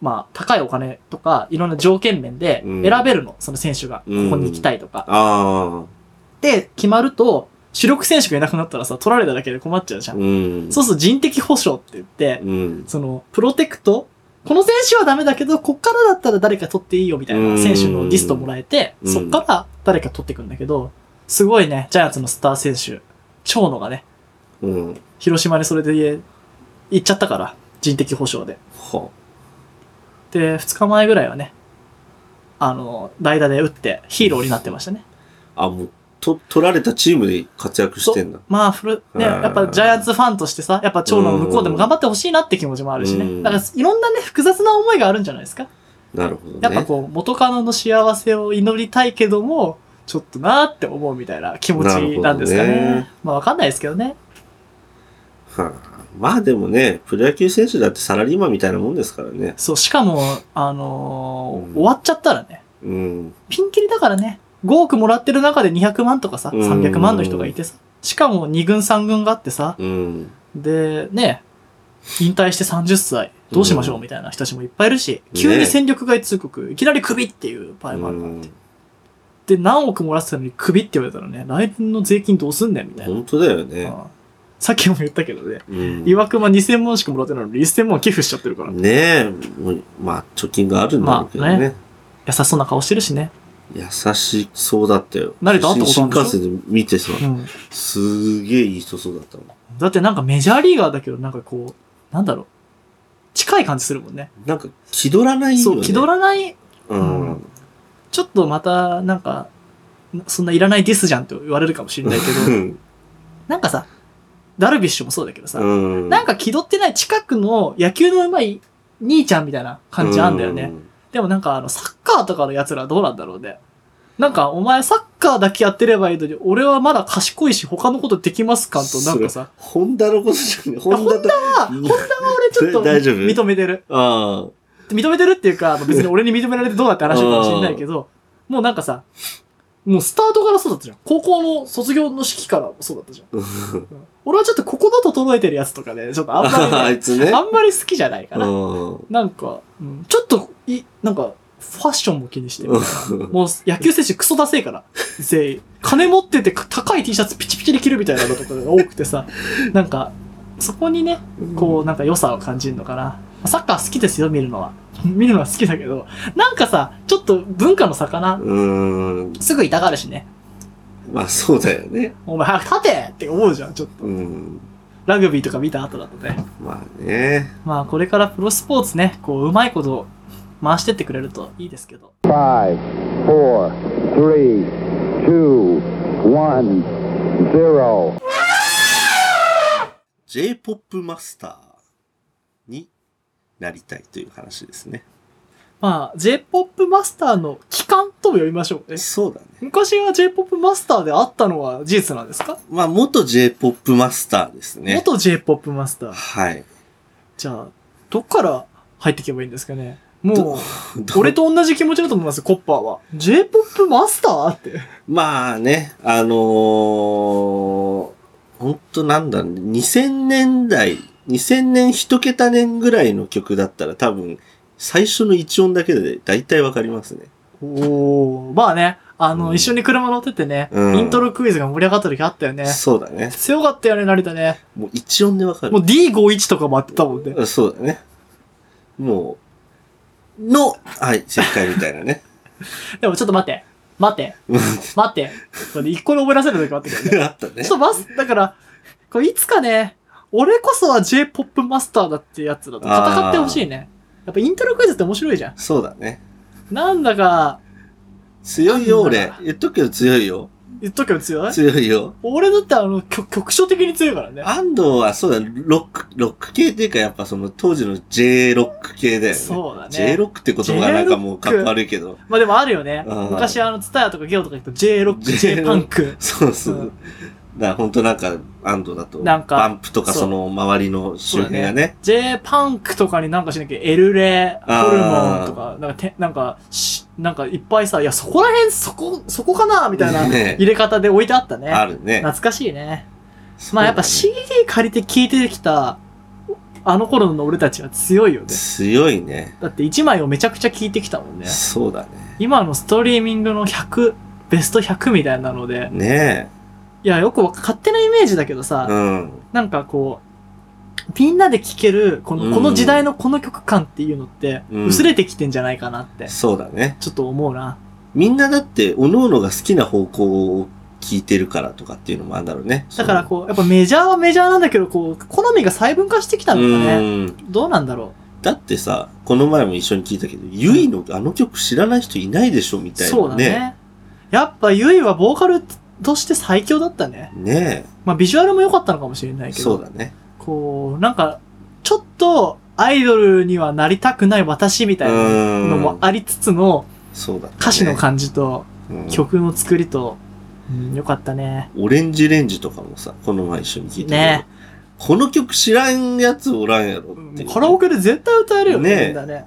S2: う、まあ、高いお金とか、いろんな条件面で
S1: うん
S2: 選べるの、その選手が、ここに行きたいとか。
S1: あ
S2: で、決まると、主力選手がいなくなったらさ、取られただけで困っちゃうじ
S1: あ。
S2: ゃん。
S1: うん。
S2: そうすると人的保障って言って、
S1: うん。
S2: その、プロテクト、この選手はダメだけど、こっからだったら誰か取っていいよみたいな選手のリストもらえて、
S1: うん
S2: そっから誰か取っていくんだけど、すごいね、ジャイアンツのスター選手、長野がね、
S1: うん。
S2: 広島にそれで行っちゃったから、人的保障で。
S1: は
S2: で、2日前ぐらいはね、あの、代打で打ってヒーローになってましたね。
S1: あ、もう、と、取られたチームで活躍してんだ。
S2: まあ、フル、ね、
S1: うん
S2: やっぱジャイアンツファンとしてさ、やっぱ長野の向こうでも頑張ってほしいなって気持ちもあるし
S1: う
S2: ね。
S1: ん
S2: だから、いろんなね、複雑な思いがあるんじゃないですか。
S1: なるほどね。
S2: やっぱこう、元カノの幸せを祈りたいけども、ちょっとなーって思うみたいな気持ちなんですかね。
S1: なるほどね
S2: まあ、わかんないですけどね。
S1: はあ、まあでもね、プロ野球選手だってサラリーマンみたいなもんですからね。
S2: そう、しかも、あのー
S1: うん
S2: 終わっちゃったらね、
S1: うん。
S2: ピンキリだからね、5億もらってる中で200万とかさ、
S1: うん
S2: 300万の人がいてさ、しかも2軍3軍があってさ、
S1: うん。
S2: で、ね、引退して30歳、どうしましょうみたいな人たちもいっぱいいるし、急に戦力外通告、いきなりクビっていう場合もあるからって。で、何億もらってたのにクビって言われたらね、来年の税金どうすんねんみたいな。
S1: 本当だよね。
S2: うんさっきも言ったけどね、
S1: うん、
S2: 岩隈2000万しかもらってないのに1000万寄付しちゃってるから。い
S1: ねえ、もうまあ貯金があるんだろうけどね。
S2: まあね優しそうな顔してるしね。
S1: 優しそうだったよ。
S2: 慣れたってこ
S1: 新
S2: となんでしょ
S1: 幹線で見てさ、
S2: うん。
S1: すげえいい人そうだったの。
S2: だってなんかメジャーリーガーだけど、なんかこう、なんだろう。近い感じするもんね。
S1: なんか気取らないよね。
S2: そう、気取らない、
S1: うん。
S2: うんちょっとまた、なんか、そんないらないディスじゃんって言われるかもしれないけど、なんかさ、ダルビッシュもそうだけどさ、
S1: うん。
S2: なんか気取ってない近くの野球の上手い兄ちゃんみたいな感じあんだよね。でもなんかあの、サッカーとかの奴らどうなんだろうね。なんか、お前サッカーだけやってればいいのに、俺はまだ賢いし、他のことできますかと、なんかさ、
S1: うん。ホンダのことじゃねホンダと。
S2: あ、ホンダは俺ちょっと
S1: そ れ大丈夫
S2: 認めてる。
S1: あ
S2: 認めてるっていうか、まあ別に俺に認められてどうだって話かもしれないけど、もうなんかさ、もうスタートからそうだったじゃん。高校の卒業の式からもそうだったじゃ ん。
S1: あ。
S2: 俺はちょっとここの整えてるやつとかね、ちょっとあん
S1: あ
S2: まり、
S1: い
S2: ね、
S1: つね。
S2: あんまり好きじゃないか
S1: う
S2: な。
S1: ん。
S2: なんか、うんちょっと、い、なんか、ファッションも気にしてる。もう野球選手クソダセえから、全員。金持ってて高い T シャツピチピチで着るみたいなのとかが多くてさ、なんか、そこにね、こうなんか良さを感じるのかな。サッカー好きですよ、見るのは。 見るのは好きだけど、なんかさ、ちょっと文化の差かな。
S1: うーん。
S2: すぐ痛がるしね。
S1: まあそうだよね。
S2: お前早く立てって思うじゃん、ちょっと。
S1: うん。
S2: ラグビーとか見た後だとね。
S1: まあね。
S2: まあこれからプロスポーツね、こううまいこと回してってくれるといいですけど。
S3: Five, four, three, two, one, zero.
S1: J-POP マスターになりたいという話ですね。
S2: まあ J-POP マスターの期間とも呼びましょうね。
S1: そうだね。
S2: 昔は J-POP マスターであったのは事実なんですか、
S1: まあ元 J-POP マスターですね。
S2: 元 J-POP マスター。
S1: はい。
S2: じゃあ、どっから入っていけばいいんですかね。も
S1: ど
S2: う、俺と同じ気持ちだと思います、コッパーは。J-POP マスターって。
S1: まあね、あのー、本当なんだろうね、2000年代、2000年一桁年ぐらいの曲だったら多分、最初の一音だけで大体わかりますね。
S2: おー、まあね、あの、
S1: うん
S2: 一緒に車乗っててね、
S1: うん
S2: イントロクイズが盛り上がった時あったよね。
S1: そうだね。
S2: 強かったよね、成田ね。
S1: もう一音でわかる
S2: もう。D51 とかもあってたもんね。
S1: そうだね。もう、の、はい、正解みたいな ね。
S2: でもちょっと待って、待 って、
S1: うん
S2: 待って。これ一個で覚えらせる時もあったけどね。
S1: あったね
S2: ちょっ。とバス、だから、これいつかね、俺こそは J-POP マスターだってやつだと戦ってほしいね。やっぱイントロクイズって面白いじゃん。
S1: そうだね。
S2: なんだか、
S1: 強いよ、
S2: なん
S1: 俺
S2: だ。
S1: 言っとくけど強いよ。
S2: 言っとけば強い
S1: 強いよ。
S2: 俺だってあの、曲、局所的に強いからね。
S1: 安藤はそうだ、ロック、ロック系っていうかやっぱその当時の J ロック系だよね。
S2: そうだね。
S1: J ロックって言葉がなんかもう
S2: J
S1: か
S2: ロッ
S1: っ
S2: ク
S1: こ悪いけど。
S2: まあでもあるよね。
S1: うん
S2: 昔あの、ツタヤとかゲオとか行くと J ロック、
S1: J-
S2: J パンク。
S1: そうそう。
S2: うん
S1: だから本当なんか安藤だと、
S2: なんか
S1: バンプとか
S2: そう
S1: その周りの周辺がね。
S2: J パンクとかになんかしなきゃ、エルレ、ホルモンとか、なんかて、なんか、しなんかいっぱいさ、いや、そこら辺、そこ、そこかなみたいな
S1: ね
S2: 入れ方で置いてあったね。
S1: あるね。
S2: 懐かしいね。
S1: そう
S2: ま
S1: だ
S2: あ
S1: ね
S2: やっぱ CD 借りて聴いてきた、あの頃の俺たちは強いよね。
S1: 強いね。
S2: だって1枚をめちゃくちゃ聴いてきたもんね。
S1: そうだね。
S2: 今のストリーミングの100、ベスト100みたいなので、
S1: ね
S2: いや、よくわか勝手なイメージだけどさ
S1: え。、うん。
S2: なんかこう、みんなで聴ける、こ
S1: う
S2: の、
S1: ん
S2: この時代のこの曲感っていうのって、
S1: うん
S2: 薄れてきてんじゃないかなって、
S1: そうだね。
S2: ちょっと思うな。
S1: みんなだって、各々が好きな方向を聞いてるからとかっていうのもあるんだろうね。
S2: だからこう、やっぱメジャーはメジャーなんだけど、こう、好みが細分化してきた
S1: う
S2: のかね。
S1: ん。
S2: どうなんだろ
S1: だってさ、この前も一緒に聞いたけど、ゆいのあの曲知らない人いないでしょみ
S2: う。
S1: たいなね。
S2: そうだね。やっぱユイはボーカルとして最強だったね。
S1: ね
S2: まあビジュアルも良かったのかもしれない
S1: え。
S2: けど。
S1: そうだね。
S2: こう、なんか、ちょっと、アイドルにはなりたくない私みたいなのもありつつの
S1: そうだったね、
S2: 歌詞の感じと
S1: うん
S2: 曲の作りと、うん、よかったね。
S1: オレンジレンジとかもさ、この前一緒に聞いたけど
S2: ね
S1: この曲知らんやつおらんやろっていう
S2: カラオケで絶対歌えるよね、
S1: ねえ
S2: みんなね。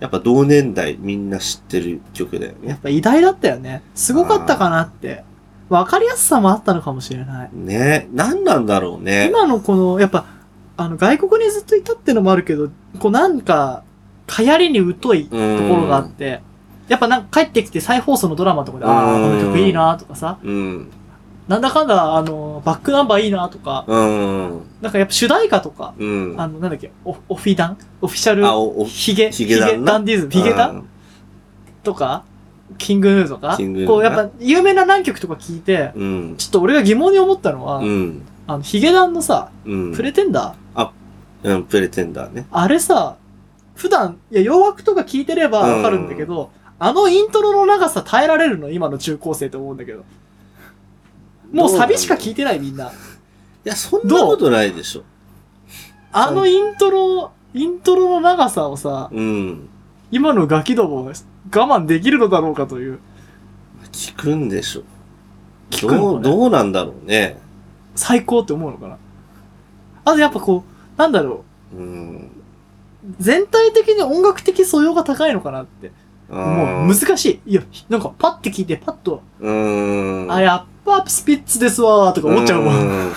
S1: やっぱ同年代みんな知ってる曲だよ
S2: や
S1: ね
S2: っ。ぱ偉大だったよね。すごかったかなって。わかりやすさもあったのかもしれない。
S1: ねえ。何なんだろうね。
S2: 今のこの、やっぱ、あの、外国にずっといたってのもあるけど、こうなんか、流行りに疎いところがあって、やっぱなんか帰ってきて再放送のドラマとかで、ああ、この曲いいなとかさ、
S1: うん。
S2: なんだかんだ、あの、バックナンバーいいなとか、
S1: うん。
S2: なんかやっぱ主題歌とか、
S1: うん。
S2: あの、なんだっけ、オオフィダンオフィシャル、
S1: あおお
S2: ヒゲ、
S1: ヒゲダンな
S2: ダンディズム、ヒゲダン
S1: ン
S2: とか、キングヌーとか
S1: キングヌ、ーな
S2: こうやっぱ有名な何曲とか聞いて、
S1: うん。
S2: ちょっと俺が疑問に思ったのは、
S1: うん。
S2: あの、ヒゲダンのさ、
S1: うん。
S2: プレテンダー、
S1: うん、プレテンダーね。
S2: あれさ、普段、いや、洋楽とか聞いてればわかるんだけど、あのイントロの長さ耐えられるの今の中高生と思うんだけど。もうサビしか聞いてないみんな。
S1: いや、そんなことないでしょ。
S2: あのイントロ、イントロの長さをさ、
S1: うん。
S2: 今のガキどもは我慢できるのだろうかという。
S1: 聞くんでしょ。
S2: 聞くの
S1: ど
S2: か
S1: う、
S2: ね
S1: どうなんだろうね。
S2: 最高って思うのかな。あとやっぱこう、なんだろ
S1: うん。
S2: う、全体的に音楽的素養が高いのかなって。もう
S1: むず
S2: 難しい。いや、なんかパッて聞いてパッと、
S1: うん。
S2: あ、やっぱスピッツですわーとか思っちゃうもん。
S1: ん。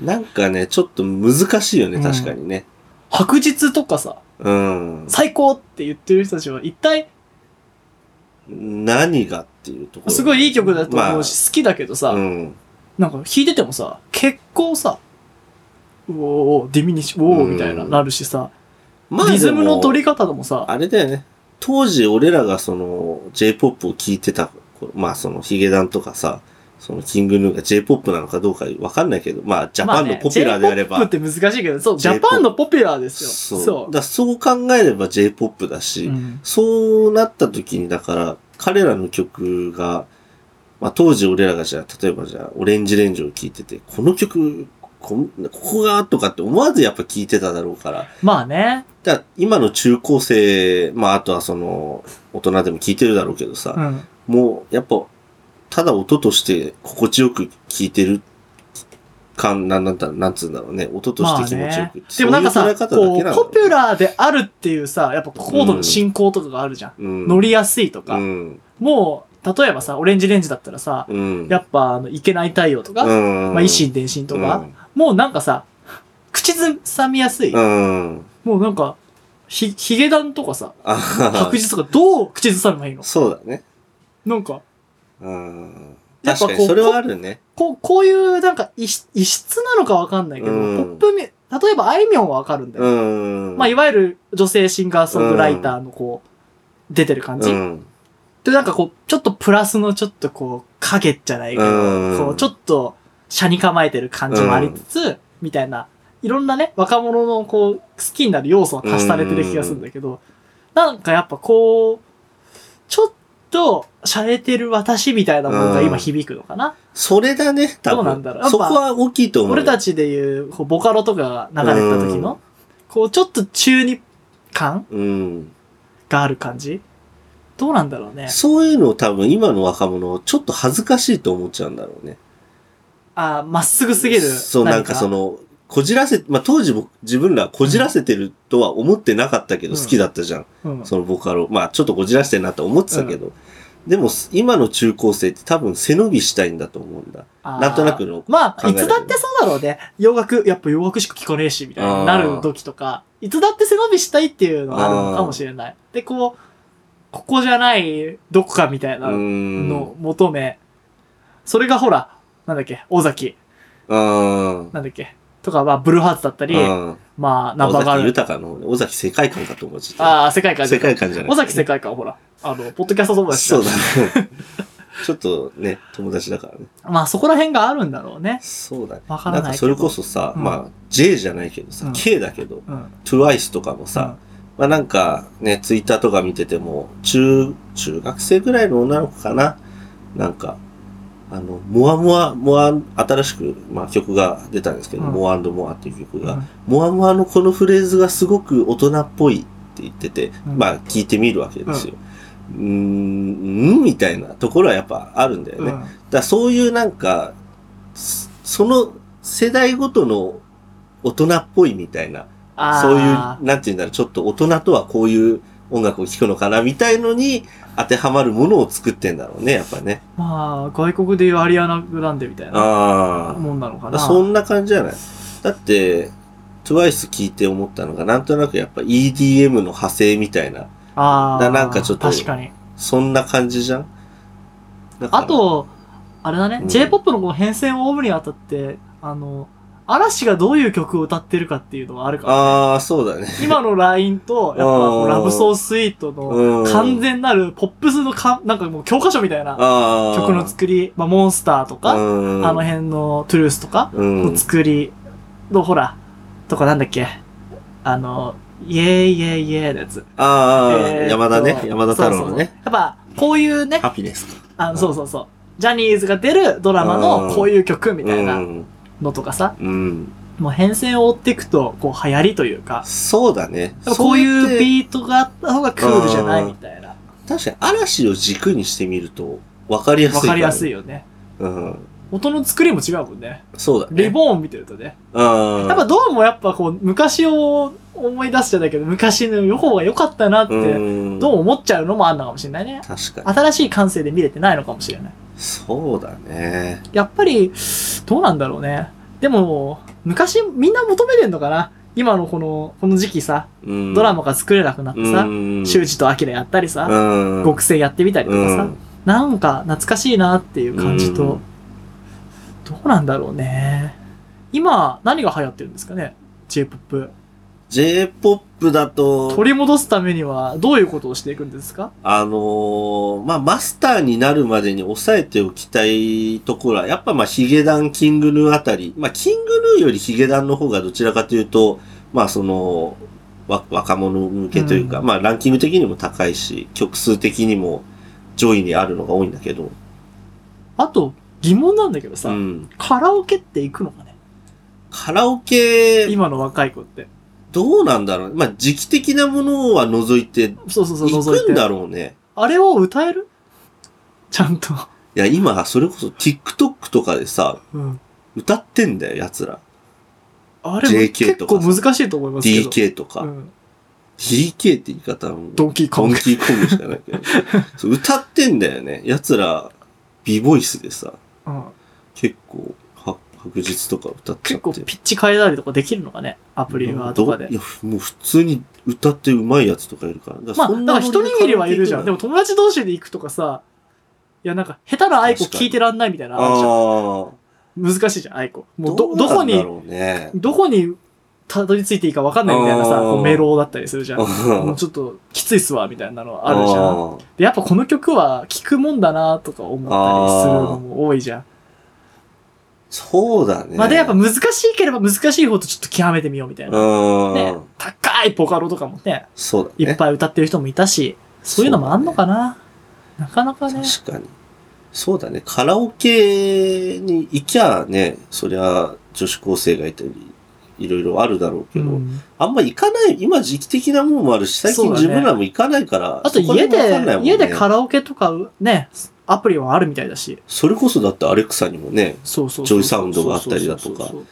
S1: なんかね、ちょっと難しいよ
S2: う
S1: ね、
S2: ん
S1: 確かにね。
S2: 白日とかさ、
S1: うん。
S2: 最高って言ってる人たちは一体、
S1: 何がっていうところ。
S2: すごいいい曲だと思う
S1: ま
S2: し、好きだけどさ、
S1: あうん。
S2: なんか弾いててもさ、結構さ、うおーおーディミニッシュ、おお
S1: うん
S2: みたいな、なるしさ、
S1: ま
S2: リズムの取
S1: り
S2: り方もさ、
S1: あれだよね。当時俺らがその J-POP を聴いてた頃、まあそのヒゲダンとかさ、そのキングヌーが J-POP なのかどうかわかんないけど、まあジャパンのポピュラーであれば。
S2: まね J-POP って難しいけど、そう、ジ
S1: J-POP
S2: ャパンのポピュラーですよ。
S1: そ。
S2: そうう。
S1: だからそう考えれば J-POP だし、
S2: うん
S1: そうなった時に、だから、彼らの曲が、まあ当時俺らがじゃあ、例えばじゃあ、オレンジレンジを聴いてて、この曲、こんここがとかって思わずやっぱ聴いてただろうから、
S2: まあね。
S1: だから今の中高生、まああとはその、大人でも聴いてるだろうけど
S2: う
S1: さ、
S2: ん。
S1: もうやっぱ、ただ音として心地よく聴いてる感、なんなんだ、なんつうんだろうね、音として気持ちよく。
S2: でもなんか
S1: そうい
S2: さ、
S1: う捉え方だ
S2: こ
S1: けなん
S2: う、
S1: だろ
S2: ポ
S1: う
S2: ピュラーであるっていうさ、やっぱコードの進行とかがあるじゃん。
S1: うん
S2: 乗りやすいとか。
S1: うん。
S2: もう、例えばさ、オレンジレンジだったらさ、
S1: うん。
S2: やっぱ、あの、いけない太陽とか、
S1: うん、
S2: まあ、維新伝心とか、
S1: う
S2: もうなんかさ、口ずさみやすい。
S1: ん。うん。
S2: もうなんか、ひ、ヒゲダンとかさ、
S1: あはは
S2: 白日とかどう口ずさめばいいの
S1: そうだね。
S2: なんか、
S1: うん。
S2: やっ
S1: 確
S2: ぱこう
S1: かに、それはあるね。
S2: こう、こういうなんか異質、異質なのかわかんないけど、
S1: うん
S2: ポップミュ、例えばあいみょんはわかるんだよ。
S1: うん。
S2: まあ、い
S1: わ
S2: わゆる女性シンガーソングライターのこう、出てる感じ。
S1: うん。
S2: で、なんかこう、ちょっとプラスのちょっとこう、影じゃないけど、
S1: うん
S2: こう、ちょっと、車に構えてる感じもありつつ、みたいな、いろんなね、若者のこう、好きになる要素が足されてる気がするんだけど、なんかやっぱこう、ちょっと、洒落てる私みたいなものが今響くのかな。
S1: それだね、多分。
S2: どうなんだろうやっぱ
S1: そこは大きいと思う。
S2: 俺たちでいう、こう、ボカロとかが流れた時の、こう、ちょっと中二感
S1: うん。
S2: がある感じどうなんだろうね。
S1: そういうのを多分、今の若者、ちょっと恥ずかしいと思っちゃうんだろうね。
S2: あーまっすぐすぎる。
S1: そう、なんかその、こじらせ、まあ、当時僕、自分らこじらせてるとは思ってなかったけど、
S2: うん
S1: 好きだったじゃん。
S2: 何か、うん
S1: そのボカロ。まあ、ちょっとこじらせてるなって思ってたけど。でも、今の中高生って多分背伸びしたいんだと思うんだ。
S2: あー
S1: なんとなくの
S2: ま
S1: 考
S2: あ、
S1: え
S2: い
S1: られる
S2: つだってそうだろうね。洋楽、やっぱ洋楽しか聴かねえし、みたい
S1: あー
S2: になる時とか、いつだって背伸びしたいっていうのがあるのかもしれない。で、こう、ここじゃない、どこかみたいな
S1: うー
S2: の
S1: ん
S2: を求め、それがほら、なんだっけ、尾崎、
S1: ああ。
S2: なんだっけ、とか、まあ、ブルーハーツだったり、
S1: あ
S2: まあ、
S1: あ。
S2: ナンバ
S1: 尾
S2: ーガ
S1: 崎
S2: ール。
S1: 豊の方ね。尾崎世界観かと思っちゃっ
S2: ああ、世界観
S1: た。
S2: じ
S1: 世
S2: ゃない
S1: 界観じゃない。
S2: 尾崎世界観、ほら、あの、ポッドキャスト友達だ
S1: そうだね。ちょっとね、友達だからね。
S2: まあ、そこら辺があるんだろうね。
S1: そうだね。
S2: わからないけど
S1: んかそれこそさ、
S2: うん
S1: まあ、J じゃないけどさ、
S2: うん
S1: K だけど、
S2: うん。
S1: TWICE とかもさ、まあなんかね、ツイッターとか見てても、中、中学生ぐらいの女の子かななんか、あの、モアモア、モア、新しく、まあ曲が出たんですけど、
S2: うん
S1: モアモアっていう曲
S2: うん、
S1: が、モアモアのこのフレーズがすごく大人っぽいって言ってて、
S2: うん
S1: まあ聞いてみるわけですよ。うーん、んみたいなところはやっぱあるんだよ
S2: う
S1: ね。だか
S2: ん
S1: らそういうなんか、そその世代ごとの大人っぽいみたいな、
S2: あー
S1: そういう、なんて言うんだろう、ちょっと大人とはこういう音楽を聴くのかなみたいのに当てはまるものを作ってんだろうね、やっぱね。
S2: まあ、外国でいうアリアナ・グランデみたいな
S1: ああ。
S2: もんなのか
S1: まあ
S2: な。
S1: そんな感じじゃないだって、TWICE 聞いて思ったのが、なんとなくやっぱ EDM の派生みたいな、
S2: ああ。
S1: だなんかちょっと
S2: 確かに。
S1: そんな感じじゃんだから
S2: あ、と、あれだね、
S1: うん
S2: J-POP のこの変遷を追うにあたって、あの、嵐がどういう曲を歌ってるかっていうのはあるから。
S1: ああ、そうだね。
S2: 今のラインと、やっぱこ
S1: う
S2: うんラブソースイートの
S1: うん。
S2: 完全なるポップスのか、なんかもう教科書みたいな
S1: あー
S2: 曲の作り、まあ、モンスターとか、あ
S1: うん
S2: の辺のトゥルースとか
S1: うん
S2: の作りの、ほら、とかなんだっけ、あの、イエーイイエーイイエーのやつ。
S1: ああ、
S2: えーっと
S1: 山田ね。山田太郎のね。
S2: そうそうそうやっぱ、こういうね、
S1: ハピネスか。。
S2: あのそうそうそう。ジャニーズが出るドラマのこういう曲みたいうなんのとかさ、
S1: うん。
S2: もう変遷を追っていくと、こう流行りというか、
S1: そうだね。
S2: やっぱこう
S1: そ
S2: いう
S1: やって
S2: ビートがあった方がクールじゃないみたいな。
S1: 確かに嵐を軸にしてみると、わかりやすい
S2: わ
S1: らね
S2: かりやすい。よね。
S1: うん。
S2: 音の作りも違うもんね。
S1: そうだね。
S2: リボーン見てるとね。
S1: うん。
S2: やっぱどうもやっぱこう、昔を思い出すじゃないけど、昔の方が良かったなって、
S1: うん
S2: どう思っちゃうのもあんのかもしれないね。
S1: 確かに。
S2: 新しい感性で見れてないのかもしれない。
S1: そうだね。
S2: やっぱり、どうなんだろうね。でも、昔みんな求めてんのかな今のこの、この時期さ、
S1: ド
S2: ドラマが作れなくなってさ、修二とアキラやったりさ、
S1: うん、
S2: 極戦やってみたりとかさ、なんか懐かしいなっていう感じと、
S1: うん
S2: どうなんだろうね。今、何が流行ってるんですかね ?J-POP。
S1: J-POP だと、
S2: 取り戻すためにはどういうことをしていくんですか
S1: あのーまあ、マスターになるまでに抑えておきたいところは、やっぱまあ、ヒゲダン、キングヌーあたり、まあ、キングヌーよりヒゲダンの方がどちらかというと、まあ、その、わ若者向けというか、
S2: うん
S1: まあ、ランキング的にも高いし、曲数的にも上位にあるのが多いんだけど、
S2: あと、疑問なんだけどさ、
S1: うん。
S2: カラオケって行くのかね
S1: カラオケ、
S2: 今の若い子って。
S1: どうなんだろうまあ、時期的なものは除いて、
S2: そうそうそう、
S1: 行
S2: 覗い
S1: く
S2: て。
S1: んだろうね。
S2: あれを歌えるちゃんと。
S1: いや、今、それこそ TikTok とかでさ、
S2: うん。
S1: 歌ってんだよ、奴ら。
S2: あれ
S1: JK
S2: 結
S1: とか
S2: 構
S1: さ
S2: 難しいと思いますけど。
S1: DK とか。
S2: うん。
S1: DK って言い方はもう、
S2: ドンキーコ
S1: ド
S2: ン
S1: ン
S2: グ。
S1: キーコングしかないけ ど。そう歌ってんだよね。奴ら、B ボイスでさ、
S2: うん。
S1: 結構、は白日とか歌っちゃっ
S2: 結
S1: て
S2: 構ピッチ変えたりとかできるのかねアプリはとかで
S1: い。や、もう普通に歌ってうまいやつとかいるから。
S2: まあ、
S1: そん
S2: だか
S1: な
S2: ら
S1: ノリ
S2: 一
S1: で
S2: 握りはいるじゃん。
S1: カ
S2: で
S1: ラオケ行
S2: も
S1: く
S2: 友達同士で行くとかさ、いやなんか下手なアイコ聞いてらんないみたいなのあるじゃん
S1: ああ。
S2: 難しいじゃん、アイコ。もう
S1: う
S2: ど、どこ
S1: なんだ
S2: に、
S1: ろうね。
S2: どこにたどり着いていいかわかんないみたいなさ、
S1: あー
S2: こう迷路だったりするじゃん。もうちょっときついっすわ、みたいなのあるじゃん。
S1: あー
S2: で、やっぱこの曲は聴くもんだなとか思ったりするのも多いじゃん。
S1: そうだね。
S2: まあでやっぱ難しいければ難しいほどちょっと極めてみようみたいな。
S1: うん、
S2: ね、高いポカロとかもね、
S1: そうだ
S2: い
S1: ね。
S2: っぱい歌ってる人もいたし、そういうのもあんのかな、なかなかね。
S1: 確かに。そうだね。カラオケに行きゃね、そりゃ女子高生がいたり、いろいろあるだろうけど、
S2: うん
S1: あんま行かない、今時期的なもんもあるし、最
S2: そ
S1: 近
S2: うだね
S1: 自分らも行かないから、
S2: あと
S1: そこら
S2: 家で、
S1: 辺わかんないもんね
S2: 家でカラオケとかね、アプリはあるみたいだし。
S1: それこそだってアレクサにもね、
S2: そうそうそう。
S1: ジョイサウンドがあったりだとか
S2: そうそうそう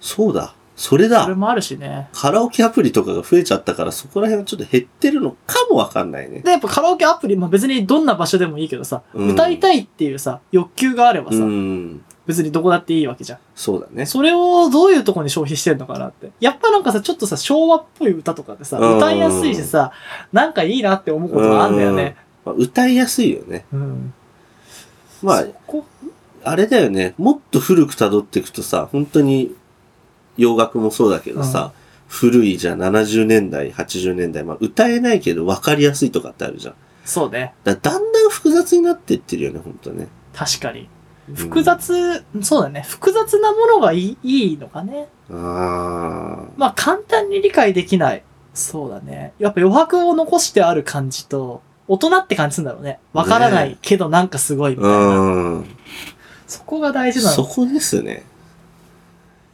S1: そうだ、それ
S2: そうそ
S1: だ、
S2: れもあるしね。
S1: カラオケアプリとかが増えちゃったから、そこら辺はちょっと減ってるのかもわかんないね。
S2: で、やっぱカラオケアプリ、まあ別にどんな場所でもいいけどさ、
S1: うん
S2: 歌いたいっていうさ、欲求があればさ、
S1: うん、
S2: 別にどこだっていいわけじゃん。
S1: そうだね。
S2: それをどういうとこに消費してんのかなって。やっぱなんかさ、ちょっとさ、昭和っぽい歌とかってさ、
S1: うん
S2: 歌いやすいしさ、なんかいいなって思うことがあるんだよね。
S1: まあ、歌いやすいよね。
S2: うん。
S1: まあ
S2: そ、こ
S1: あれだよね、もっと古く辿っていくとさ、本当に洋楽もそうだけどさ、古いじゃん70年代、80年代、まあ歌えないけど分かりやすいとかってあるじゃん。
S2: そうね。
S1: だだんだん複雑になってってるよね、本当ね。
S2: 確かに。
S1: うん
S2: 複雑、そうだね。複雑なものがいいいいのかね。
S1: ああ。
S2: まあ簡単に理解できない。そうだね。やっぱ余白を残してある感じと、大人って感じするんだろうね。わからないけどなんかすごいみたいな。
S1: うん。
S2: そこが大事な
S1: そ
S2: の。
S1: こですね。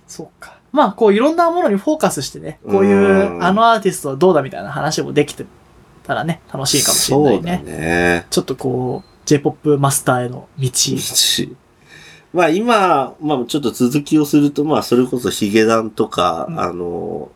S2: そうか。まあこういろんなものにフォーカスしてね、こういううんあのアーティストはどうだみたいな話もできてたらね、楽しいかもしれないね。
S1: そうだね。
S2: ちょっとこう、J-POP マスターへの道。
S1: まあ今、まあちょっと続きをすると、まあそれこそヒゲダンとか、
S2: うん
S1: あの、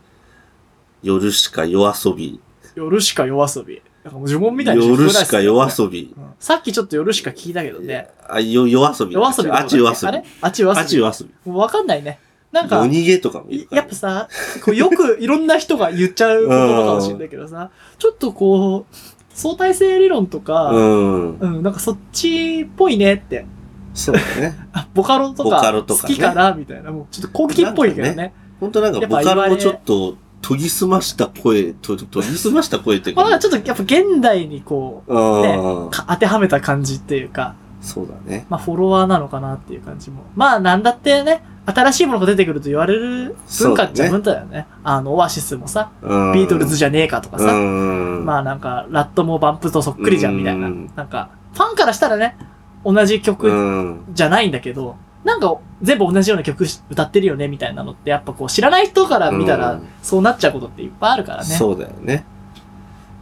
S1: 夜しか夜遊び。
S2: 夜しか夜遊び。なんかもう呪文みたいに
S1: 夜しか夜
S2: び。
S1: 遊び。
S2: うんさっきちょっと夜しか聞いたけどね。
S1: あ、よ、夜遊び。
S2: 夜遊びの
S1: あ
S2: 方だっ
S1: っ
S2: け
S1: ち夜
S2: あ
S1: 遊
S2: れ
S1: び。
S2: あっち夜
S1: あ
S2: 遊
S1: っ
S2: び
S1: ち。夜遊び。
S2: もうわかんないね。なんか、
S1: 夜逃げとかもい
S2: い
S1: るから
S2: やっぱさ、こうよくいろんな人が言っちゃう言葉かもしれないけどさ、ちょっとこう、相対性理論とか、
S1: うん。
S2: うん、なんかそっちっぽいねって、
S1: そうだ ね。
S2: あボカロと
S1: ボカ
S2: か
S1: ロ
S2: 好
S1: とかね
S2: きかなみたいな、もうちょっと好奇っぽいけど
S1: なんか
S2: ね。
S1: 本当なんか
S2: やっ
S1: ボ
S2: ぱ
S1: カロ
S2: 言わ
S1: も
S2: れ
S1: ちょっと研ぎ澄ました声、と研ぎ澄ました声っていう
S2: まあなん
S1: か
S2: かちょっとやっぱ現代にこ
S1: う
S2: ね
S1: ん
S2: う、。か当てはめた感じっていうか、
S1: そうだね。
S2: まあフォロワーなのかなっていう感じも。まあなんだってね、新しいものが出てくると言われる文化っちゃ文化だよね。あの、オアシスもさ、
S1: うん
S2: ビートルズじゃねえかとかさ、
S1: うん。
S2: まあなんか、ラットもバンプとそっくりじゃんみたいな。
S1: うん
S2: なんか、ファンからしたらね、同じ
S1: う
S2: 曲
S1: ん。
S2: じゃないんだけど、なんか全部同じような曲歌ってるよねみたいなのって、やっぱこう知らない人から見た
S1: う
S2: ら
S1: ん、
S2: そうなっちゃうことっていっぱいあるからね。
S1: そうだよね。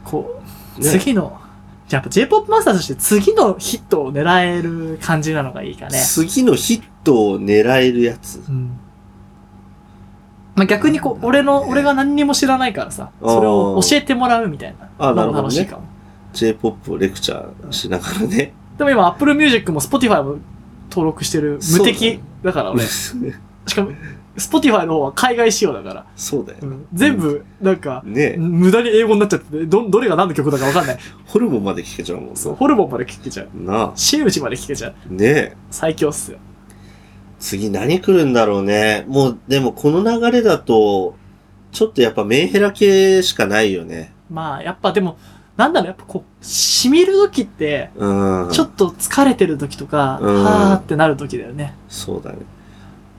S2: こう、
S1: ね
S2: 次の、じゃあやっぱ J-POP マスターとして次のヒットを狙える感じなのがいいかね。
S1: 次のヒットを狙えるやつ。
S2: うん。まあ、逆にこう、俺の、俺が何にも知らないからさ、それを教えてもらうみたいな
S1: あーなる
S2: の
S1: ほ
S2: も
S1: どね
S2: 楽しいかも。
S1: J-POP をレクチャーしながらね。
S2: でも今、Apple Music も Spotify も登録してる無敵だから俺。しかも、Spotify の方は海外仕様だから。
S1: そうだよ
S2: う
S1: ね。
S2: ん全部、なんか、
S1: ねえ
S2: 無駄に英語になっちゃってて、ど、どれが何の曲だかわかんない。
S1: ホルモンまで聞けちゃうもん
S2: そう、
S1: な。
S2: ホルモンまで聴けちゃう。
S1: なあ。
S2: 真打ちまで聴けちゃう。
S1: ねえ。
S2: 最強っすよ。
S1: 次何来るんだろうね。もう、でもこの流れだと、ちょっとやっぱメンヘラ系しかないよね。
S2: まあ、やっぱでも、なんだろう、やっぱこう、染みる時って、
S1: うん。
S2: ちょっと疲れてる時とか、
S1: うん
S2: はーってなる時だよね。
S1: そうだね。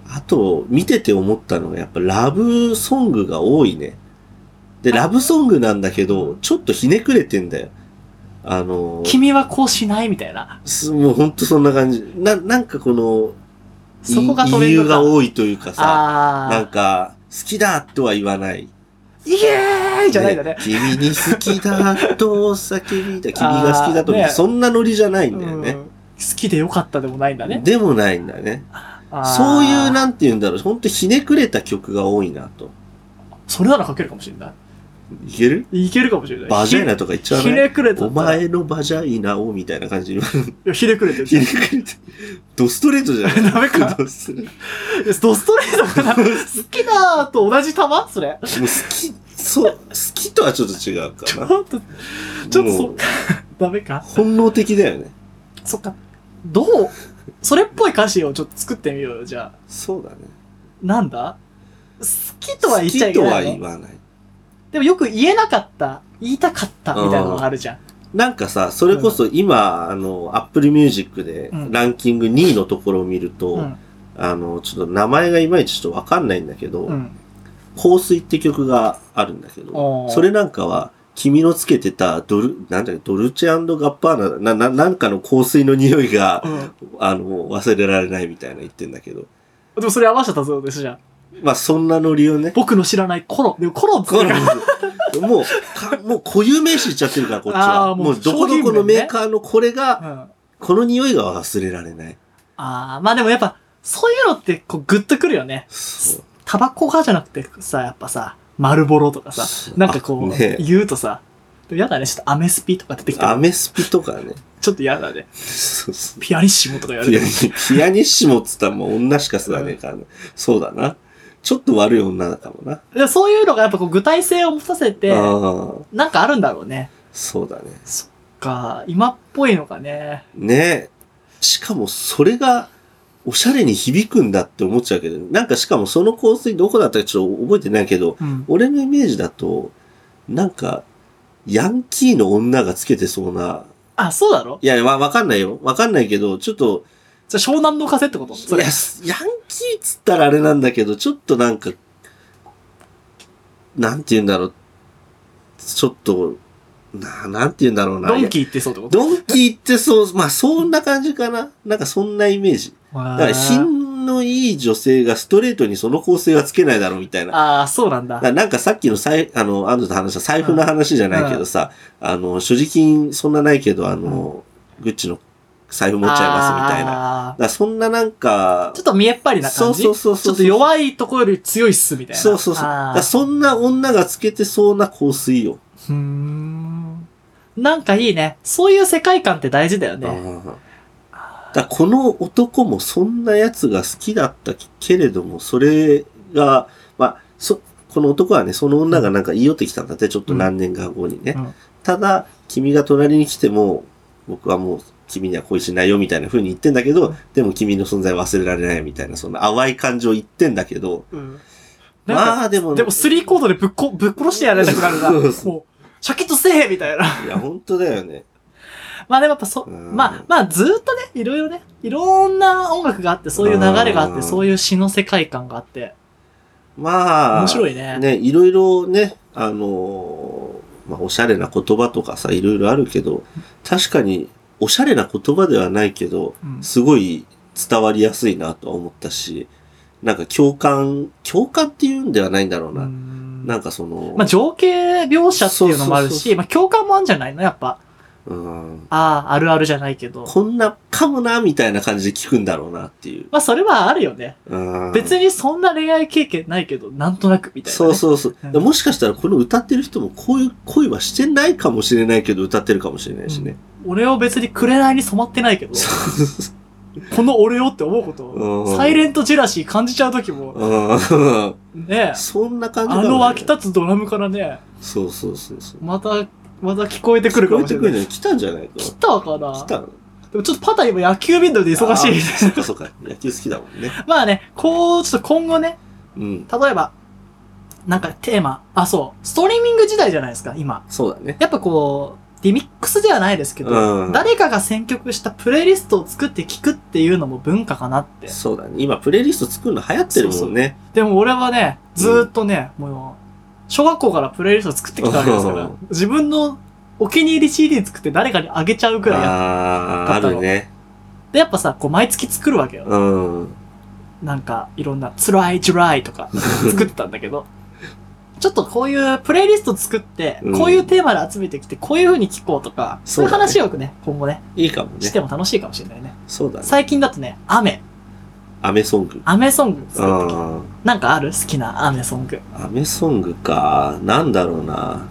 S1: あと、見てて思ったのが、やっぱラブソングが多いね。で、ラブソングなんだけど、ちょっとひねくれてんだよ。あのー、
S2: 君はこうしないみたいな。
S1: すもうほんとそんな感じ。な、なんかこの、い
S2: そこがト
S1: 理
S2: レンド
S1: 由
S2: か。
S1: が多いというかさ、なん
S2: ああ。
S1: か、好きだとは言わない。
S2: イエー イじゃないんだね。
S1: 君に好きだと叫びだ、君が好きだと、
S2: あーね
S1: そんなノリじゃないんだよ
S2: うん
S1: ね。
S2: 好きでよかったでもないんだね。
S1: でもないんだね。
S2: あー
S1: そういう、なんて言うんだろう、ほんとひねくれた曲が多いなと。
S2: それなら書けるかもしれない
S1: ける
S2: い。いけるかもしれない。
S1: バジャイナとか言っちゃう
S2: ひ
S1: ね。
S2: ねくれてた
S1: お前のバジャイナをみたいな感じ。
S2: いやひねくれて
S1: ひね
S2: る。
S1: くれて。ドストレートじゃない
S2: ダメか
S1: ドストレート
S2: ドストレート かな好きだーと同じ球それ。
S1: もう好き、そう、好きとはちょっと違うか
S2: ちょ
S1: な。
S2: っと、ちょっとそ
S1: も
S2: っ
S1: う
S2: か。ダメか。
S1: 本能的だよね。
S2: そっか。どうそれっぽい歌詞をちょっと作ってみようよ、じゃあ。
S1: そうだね。
S2: なんだ好きとは言っちゃいけ
S1: 好きと
S2: な
S1: はい言
S2: の。
S1: わない。
S2: でもよく言えなかった、言いたかったみたいなのがあるじゃん。
S1: なんかさ、それこそ今、あの、Apple Music で
S2: うん
S1: ランキング2位のところを見ると、
S2: うん。
S1: あの、ちょっと名前がいまいちちょっとわかんないんだけど、
S2: うん。
S1: 香水って曲があるんだけ
S2: お
S1: ど、
S2: ー
S1: それなんかは、君のつけてたドル、なんだっけ、ドルチェガッパーナ、な、な、なんかの香水の匂いが、
S2: うん
S1: あの、忘れられないみたいな言ってんだけど、
S2: でもそれ合わせたぞですじゃん。
S1: まあそんなノリをね、
S2: 僕の知らないコロ。でもコロっつ
S1: こ
S2: う
S1: の
S2: か。
S1: もう、かもう固有名詞言っちゃってるから、こっち
S2: あー
S1: は。
S2: もう
S1: もうどこどこのメーカーのこれ
S2: う
S1: が、
S2: ん。あ
S1: この匂いが忘れられない。
S2: あ、まあでもやっぱ、そういうのってこうグッとくるよね。
S1: そう。
S2: タバコがじゃなくてさ、やっぱさ、丸ボロとかさ
S1: そ、う
S2: なんかこう、
S1: あねえ
S2: 言うとさ、でもやだね、ちょっとアメスピとか出てきた
S1: ア
S2: ら、
S1: メスピとかね。
S2: ちょっとやだね。
S1: そうそう
S2: ピアニッシモとかやる
S1: ピア
S2: ね
S1: ニ。ピアニッシモっつったらもう女しか吸わねえからね。そうだな。ちょっと悪い女かもな。
S2: でそういうのがやっぱこう具体性を持たせて、
S1: ああ、
S2: なんかあるんだろうね。
S1: そうだね。
S2: が、今っぽいのがね。
S1: ねしかもそれが、おしゃれに響くんだって思っちゃうけど、なんかしかもその香水どこだったかちょっと覚えてないけど、
S2: うん。
S1: 俺のイメージだと、なんか、ヤンキーの女がつけてそうな、
S2: あ、そうだろ
S1: いや、わ、わかんないよ。わかんないけど、ちょっと、
S2: じゃあ湘南の風ってことそ
S1: い
S2: れ
S1: や。ヤンキーっつったらあれなんだけど、ちょっとなんか、なんて言うんだろう。ちょっと、な、なんて言うんだろうな。
S2: ドンキーってそうってこと
S1: ドンキーってそう、まあそんな感じかな。なんかそんなイメージ。だから品のいい女性がストレートにその構成はつけないだろうみたいな。
S2: ああ、そうなんだ
S1: だか。らなんかさっきの財、あの、アンドと話した財布の話じゃないけどさ、あの、所持金そんなないけど、あの、グッチの財布持っちゃいますみたいな。だか
S2: な。
S1: らそんななんか
S2: ちょ、っと見えっぱりな
S1: そ
S2: 感
S1: う
S2: じ
S1: そうそうそう。
S2: ちょっと弱いとこより強いっす、みたいな。
S1: そうそうそう。だ
S2: あ
S1: から
S2: ー
S1: そんな女がつけてそうな香水よ。
S2: うーん。なんかいいね。そういう世界観って大事だよ
S1: うん
S2: ね。
S1: だからこの男もそんなやつが好きだったけれども、それが、まあ、そ、この男はね、その女がなんか言い寄ってきたんだって、ちょっと何年か後にね。
S2: うん
S1: ただ、君が隣に来ても、僕はもう君には恋しないよみたいな風に言ってんだけど、でも君の存在忘れられないみたいな、その淡い感情言ってんだけど、
S2: うん。なんか
S1: まあでも、
S2: でも、スリーコードでぶっこ、 ぶっ殺してやられたくなるな。
S1: そうそう
S2: もう、シャキッとせえみたいな。
S1: いや、本当だよね。
S2: まあでもやっぱそ、
S1: うん
S2: まあ、まあずーっとね、いろいろね、いろんな音楽があって、そういう流れがあっ
S1: う
S2: て、
S1: ん
S2: そういう詩の世界観があって。
S1: まあ、
S2: 面白いね
S1: ね、いろいろね、あのーまあ、おしゃれな言葉とかさ、いろいろあるけど、確かに、おしゃれな言葉ではないけど、
S2: うん
S1: すごい伝わりやすいなとは思ったし、なんか共感、共感っていうんではないんだろう
S2: う
S1: な。
S2: ん
S1: なんかその、
S2: まあ情景描写っていうのもある
S1: そうそうそうそ
S2: し、
S1: う
S2: まあ共感もあるんじゃないのやっぱ。
S1: うん、
S2: ああ、あるあるじゃないけど。
S1: こんなかもな、みたいな感じで聞くんだろうなっていう。
S2: まあそれはあるよね。
S1: うん
S2: 別にそんな恋愛経験ないけど、なんとなくみたいなね。
S1: そうそうそう
S2: うん。
S1: でもしかしたらこの歌ってる人もこういう恋はしてないかもしれないけど、歌ってるかもしれないしね。
S2: 俺を別に紅に染まってないけど、
S1: そうそうそう
S2: この俺をって思うこと
S1: う
S2: を、
S1: ん
S2: サイレントジェラシー感じちゃう時も、
S1: うん
S2: ね、
S1: そんな感じ
S2: あ
S1: だもんね
S2: の湧き立つドラムからね、
S1: そうそうそうそう。
S2: また、また聞こえてくるかもしれ
S1: 聞こえてくるんじゃな
S2: ない。
S1: い来たんじゃないか。
S2: 来たかな
S1: 来たの
S2: でもちょっとパタ今野球ビンドで忙し
S1: あー
S2: い。
S1: そ っかそっか。野球好きだもんね。
S2: まあね、こう、ちょっと今後ね、
S1: うん。
S2: 例えば、なんかテーマ、あ、そう、ストリーミング時代じゃないですか、今。
S1: そうだね。
S2: やっぱこう、リミックスではないですけど、
S1: うん
S2: 誰かが選曲したプレイリストを作って聴くっていうのも文化かなって。
S1: そうだね。今、プレイリスト作るの流行ってるもんね。
S2: でも俺はね、ずーっとね、もう、小学校からプレイリスト作ってきたわけですから
S1: うん、
S2: 自分のお気に入り CD 作って誰かにあげちゃうくらいやっ
S1: ああ、
S2: 買
S1: あ
S2: ったの
S1: るね。
S2: で、やっぱさ、こう毎月作るわけよ。
S1: うん。
S2: なんか、いろんな、辛い辛いと か、作ってたんだけど、ちょっとこういうプレイリスト作って、
S1: うん
S2: こういうテーマで集めてきて、こういう風に聴こうとか、そういう
S1: そうだね
S2: 話をよくね、今後ね、
S1: いいかもね
S2: し。ても楽しいかもしれないね。
S1: そうだね。
S2: 最近だとね、雨、
S1: アメソング。
S2: 雨ソング作ってきた。
S1: うん。
S2: なんかある好きな雨ソング。
S1: アメソングか。なんだろうな。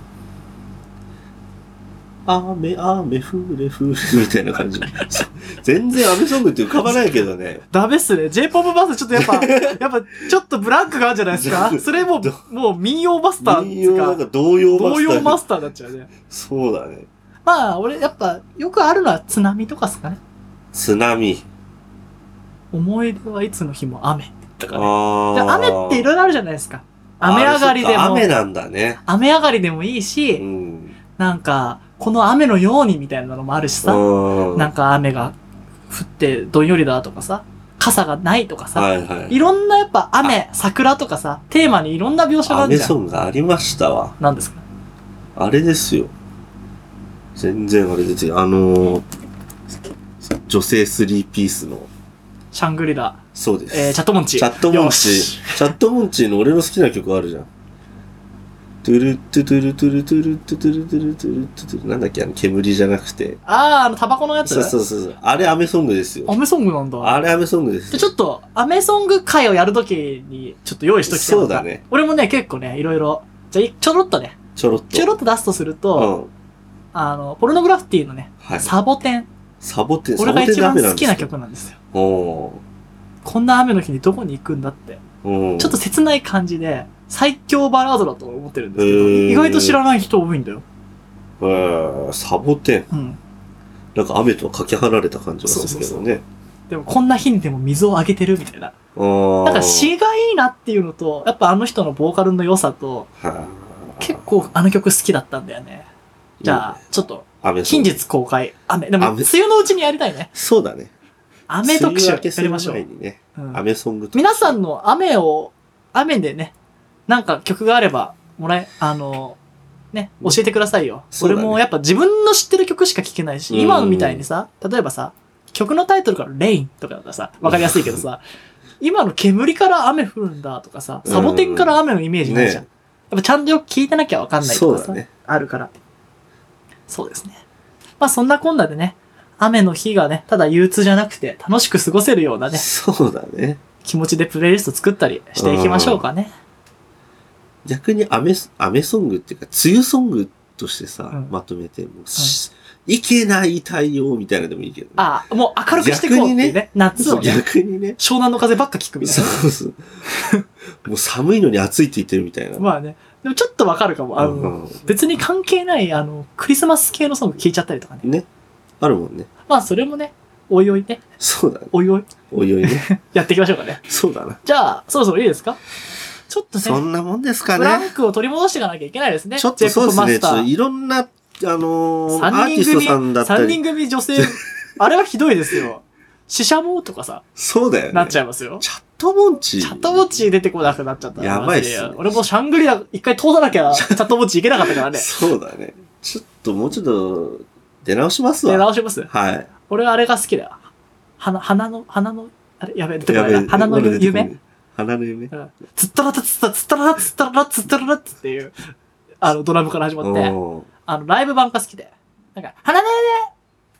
S1: 雨、雨、ふれふれ、 みたいな感じ。そ全然アメソングって浮かばないけどね。
S2: ダメっすね。J-POP バスちょっとやっぱ、 やっぱちょっとブランクがあるんじゃないですかそれも
S1: ど
S2: う、もう民謡マスターって
S1: 民
S2: い
S1: 謡
S2: う
S1: なんか
S2: か、
S1: 童謡マスター。
S2: 童謡マスターになっちゃうね。
S1: そうだね。
S2: まあ、俺やっぱ、よくあるのは津波とかっすかね。
S1: 津波。
S2: 思い出はいつの日も雨とかね。
S1: あ
S2: で
S1: あ。
S2: 雨っていろいろあるじゃないですか。雨上がりで
S1: あそっか
S2: も
S1: 雨、なんだね。
S2: 雨上がりでもいいうし、
S1: ん。
S2: なんか、この雨のようにみたいなのもあるしさ、
S1: な
S2: なんか雨が降ってどんよりだとかさ、傘がないとかさ、
S1: はいはい
S2: いろんなやっぱ雨、桜とかさ、テーマにいろんな描写があ
S1: ア
S2: る
S1: メ
S2: じゃん
S1: ソ。ングありましたわ。
S2: なんですか
S1: あれですよ。全然あれですよ。あのー女性スリーピースの、
S2: シャングリラ、
S1: そうです。
S2: えー、チャットモンチ。
S1: チャットモン
S2: よ
S1: チ
S2: し。
S1: チャットモンチーの俺の好きな曲あるじゃん。トゥルトゥトゥルトゥルトゥルトゥトゥルトゥルトゥルトゥルなんだっけあの煙じゃなくて。
S2: あー、あの、タバコのやつ
S1: そうそうそうそう。あれアメソングです
S2: ア
S1: よ。
S2: メソングなんだ。
S1: あれアメソングです
S2: で
S1: よ。
S2: ちょっと、アメソング会をやるときに、ちょっと用意しときたい
S1: そうだね。
S2: 俺もね、結構ね、いろいろ、じゃあい、ちょろっとね、
S1: ちょろっと。
S2: ちょろっと出すとする
S1: う
S2: と、
S1: ん。
S2: あの、ポルノグラフィティのね、
S1: はい。
S2: サボテン。
S1: サボテン、サ
S2: 俺
S1: ボ
S2: が
S1: テン
S2: 一
S1: ダ
S2: 番
S1: メな
S2: 好
S1: んで
S2: き
S1: す
S2: な
S1: よ。
S2: 曲なんですよ。
S1: お
S2: こんな雨の日にどこに行くんだって。
S1: ーうん。
S2: ちょっと切ない感じで、最強バラードだと思ってるんですけ
S1: へ
S2: ど、
S1: ー
S2: 意外と知らない人多いんだよ。
S1: えー、サボテン。
S2: うん。
S1: なんか雨とはかけ離れた感じがするけどね。
S2: でも、こんな日にでも水をあげてるみたいな。
S1: な
S2: なんか詩がいいなっていうのと、やっぱあの人のボーカルの良さと、結構あの曲好きだったんだよね。じゃあ、ちょっと、
S1: 雨
S2: 近日公開、雨。でも、
S1: 雨
S2: 梅雨のうちにやりたいね。
S1: そうだね。
S2: 雨特集
S1: 梅雨
S2: や
S1: 明けす
S2: り
S1: る
S2: ましょ
S1: 前
S2: う。
S1: にね。
S2: うん
S1: 雨ソング
S2: 皆さんの雨を、雨でね、なんか曲があれば、もらえ、あの、ね、教えてくださいよ。
S1: そうだね
S2: 俺もやっぱ自分の知ってる曲しか聴けないし、
S1: うん
S2: 今のみたいにさ、例えばさ、曲のタイトルからレインとかだったらさ、わかりやすいけどさ、今の煙から雨降るんだとかさ、サボテンから雨のイメージないじゃん。
S1: ね
S2: やっぱちゃんとよく聞いてなきゃわかんないと
S1: そ
S2: か
S1: う
S2: さ、
S1: だね。
S2: あるから。そうですね。まあそんなこんなでね、雨の日がね、ただ憂鬱じゃなくて楽しく過ごせるようなね、
S1: そうだね。
S2: 気持ちでプレイリスト作ったりしていきましょうかね。
S1: 逆に雨、雨ソングっていうか、梅雨ソングとしてさ、
S2: うん
S1: まとめて、もうしいけない太陽みたいなのでもいいけど、ね。
S2: ああ、もう明るくしていこうっていうね。
S1: 逆に
S2: 夏をね、
S1: 逆にね。
S2: 湘南の風ばっか聞くみたい
S1: そ
S2: な。
S1: うそう。もう寒いのに暑いって言ってるみたいな。
S2: まあね。でもちょっとわかるかも。あの、
S1: うん
S2: 別に関係ない、あの、クリスマス系のソング聞いちゃったりとかね。
S1: ね。あるもんね。
S2: まあそれもね、おいおいね、
S1: そうだね。
S2: おいおい、
S1: おいおい ね。
S2: やっていきましょうかね。
S1: そうだな。
S2: じゃあ、そろそろいいですかちょっとね、
S1: そんなもんですか
S2: ブラン
S1: ね。
S2: クを取り戻していかなきゃいけないですね。
S1: ちょっとそうで
S2: J-POP
S1: す
S2: マ
S1: ね。
S2: ス
S1: ち
S2: タ
S1: ょっと
S2: ー。
S1: いろんな、あのーアー
S2: 3
S1: ティス
S2: 人
S1: トさん
S2: 組、
S1: だった
S2: 三
S1: り
S2: 人。組女性、あれはひどいですよ。死者もとかさ、
S1: そうだよね。
S2: なっちゃいますよ。
S1: チャットモンチー。
S2: チャットモッチー出てこなくなっちゃったな。
S1: やばいっすね。
S2: マジで俺もシャングリラ一回通さなきゃ、チャットモッチー行けなかったからね
S1: そうだね。ちょっともうちょっと、出直します
S2: で、
S1: わ。
S2: 直します
S1: はい。
S2: 俺はあれが好きだよ。花、花の、花の、あれ、やべえ、出てこ
S1: や
S2: ない
S1: べえ
S2: な。花の
S1: 俺出てこない
S2: 夢
S1: 花の夢
S2: うんつったらたつった、つったらたつったらたつったらたつっていう、あの、ドラムから始まって。
S1: おー
S2: あの、ライブ版が好きで。なんか、花だね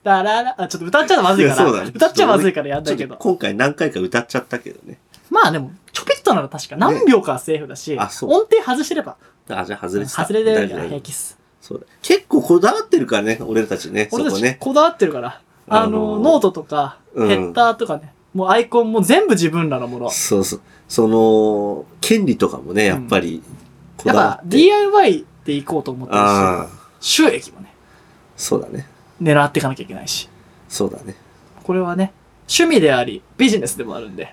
S2: だらら、あ、ちょっと歌っちゃうのまずいか
S1: いやそう
S2: ら。
S1: だね
S2: 歌っちゃまずいからやんないけ
S1: ちょっと
S2: ど。
S1: 今回何回か歌っちゃったけどね。
S2: まあでも、ちょぴっとなら確か何秒かはセーフだし、
S1: あそう
S2: 音程外してれば、
S1: あ、じゃあ外れてた。
S2: 外れてる
S1: 大
S2: か
S1: 丈
S2: ら
S1: 夫
S2: 平気っす。
S1: そうだ。結構こだわってるからね、俺たちね。
S2: 俺た
S1: そこ
S2: ち
S1: ね。
S2: こだわってるから、あの、
S1: あのー
S2: ノートとか、ヘ
S1: うん
S2: ッダーとかね、もうアイコンも全部自分らのもの。
S1: そうそう。その、権利とかもね、やっぱり、こ
S2: やっ
S1: だわ
S2: ぱ
S1: って。
S2: DIY でいこうと思ってるし、
S1: ああ、
S2: 収益もね、
S1: そうだね。
S2: 狙っていかなきゃいけないし、
S1: そうだね。
S2: これはね、趣味であり、ビジネスでもあるんで、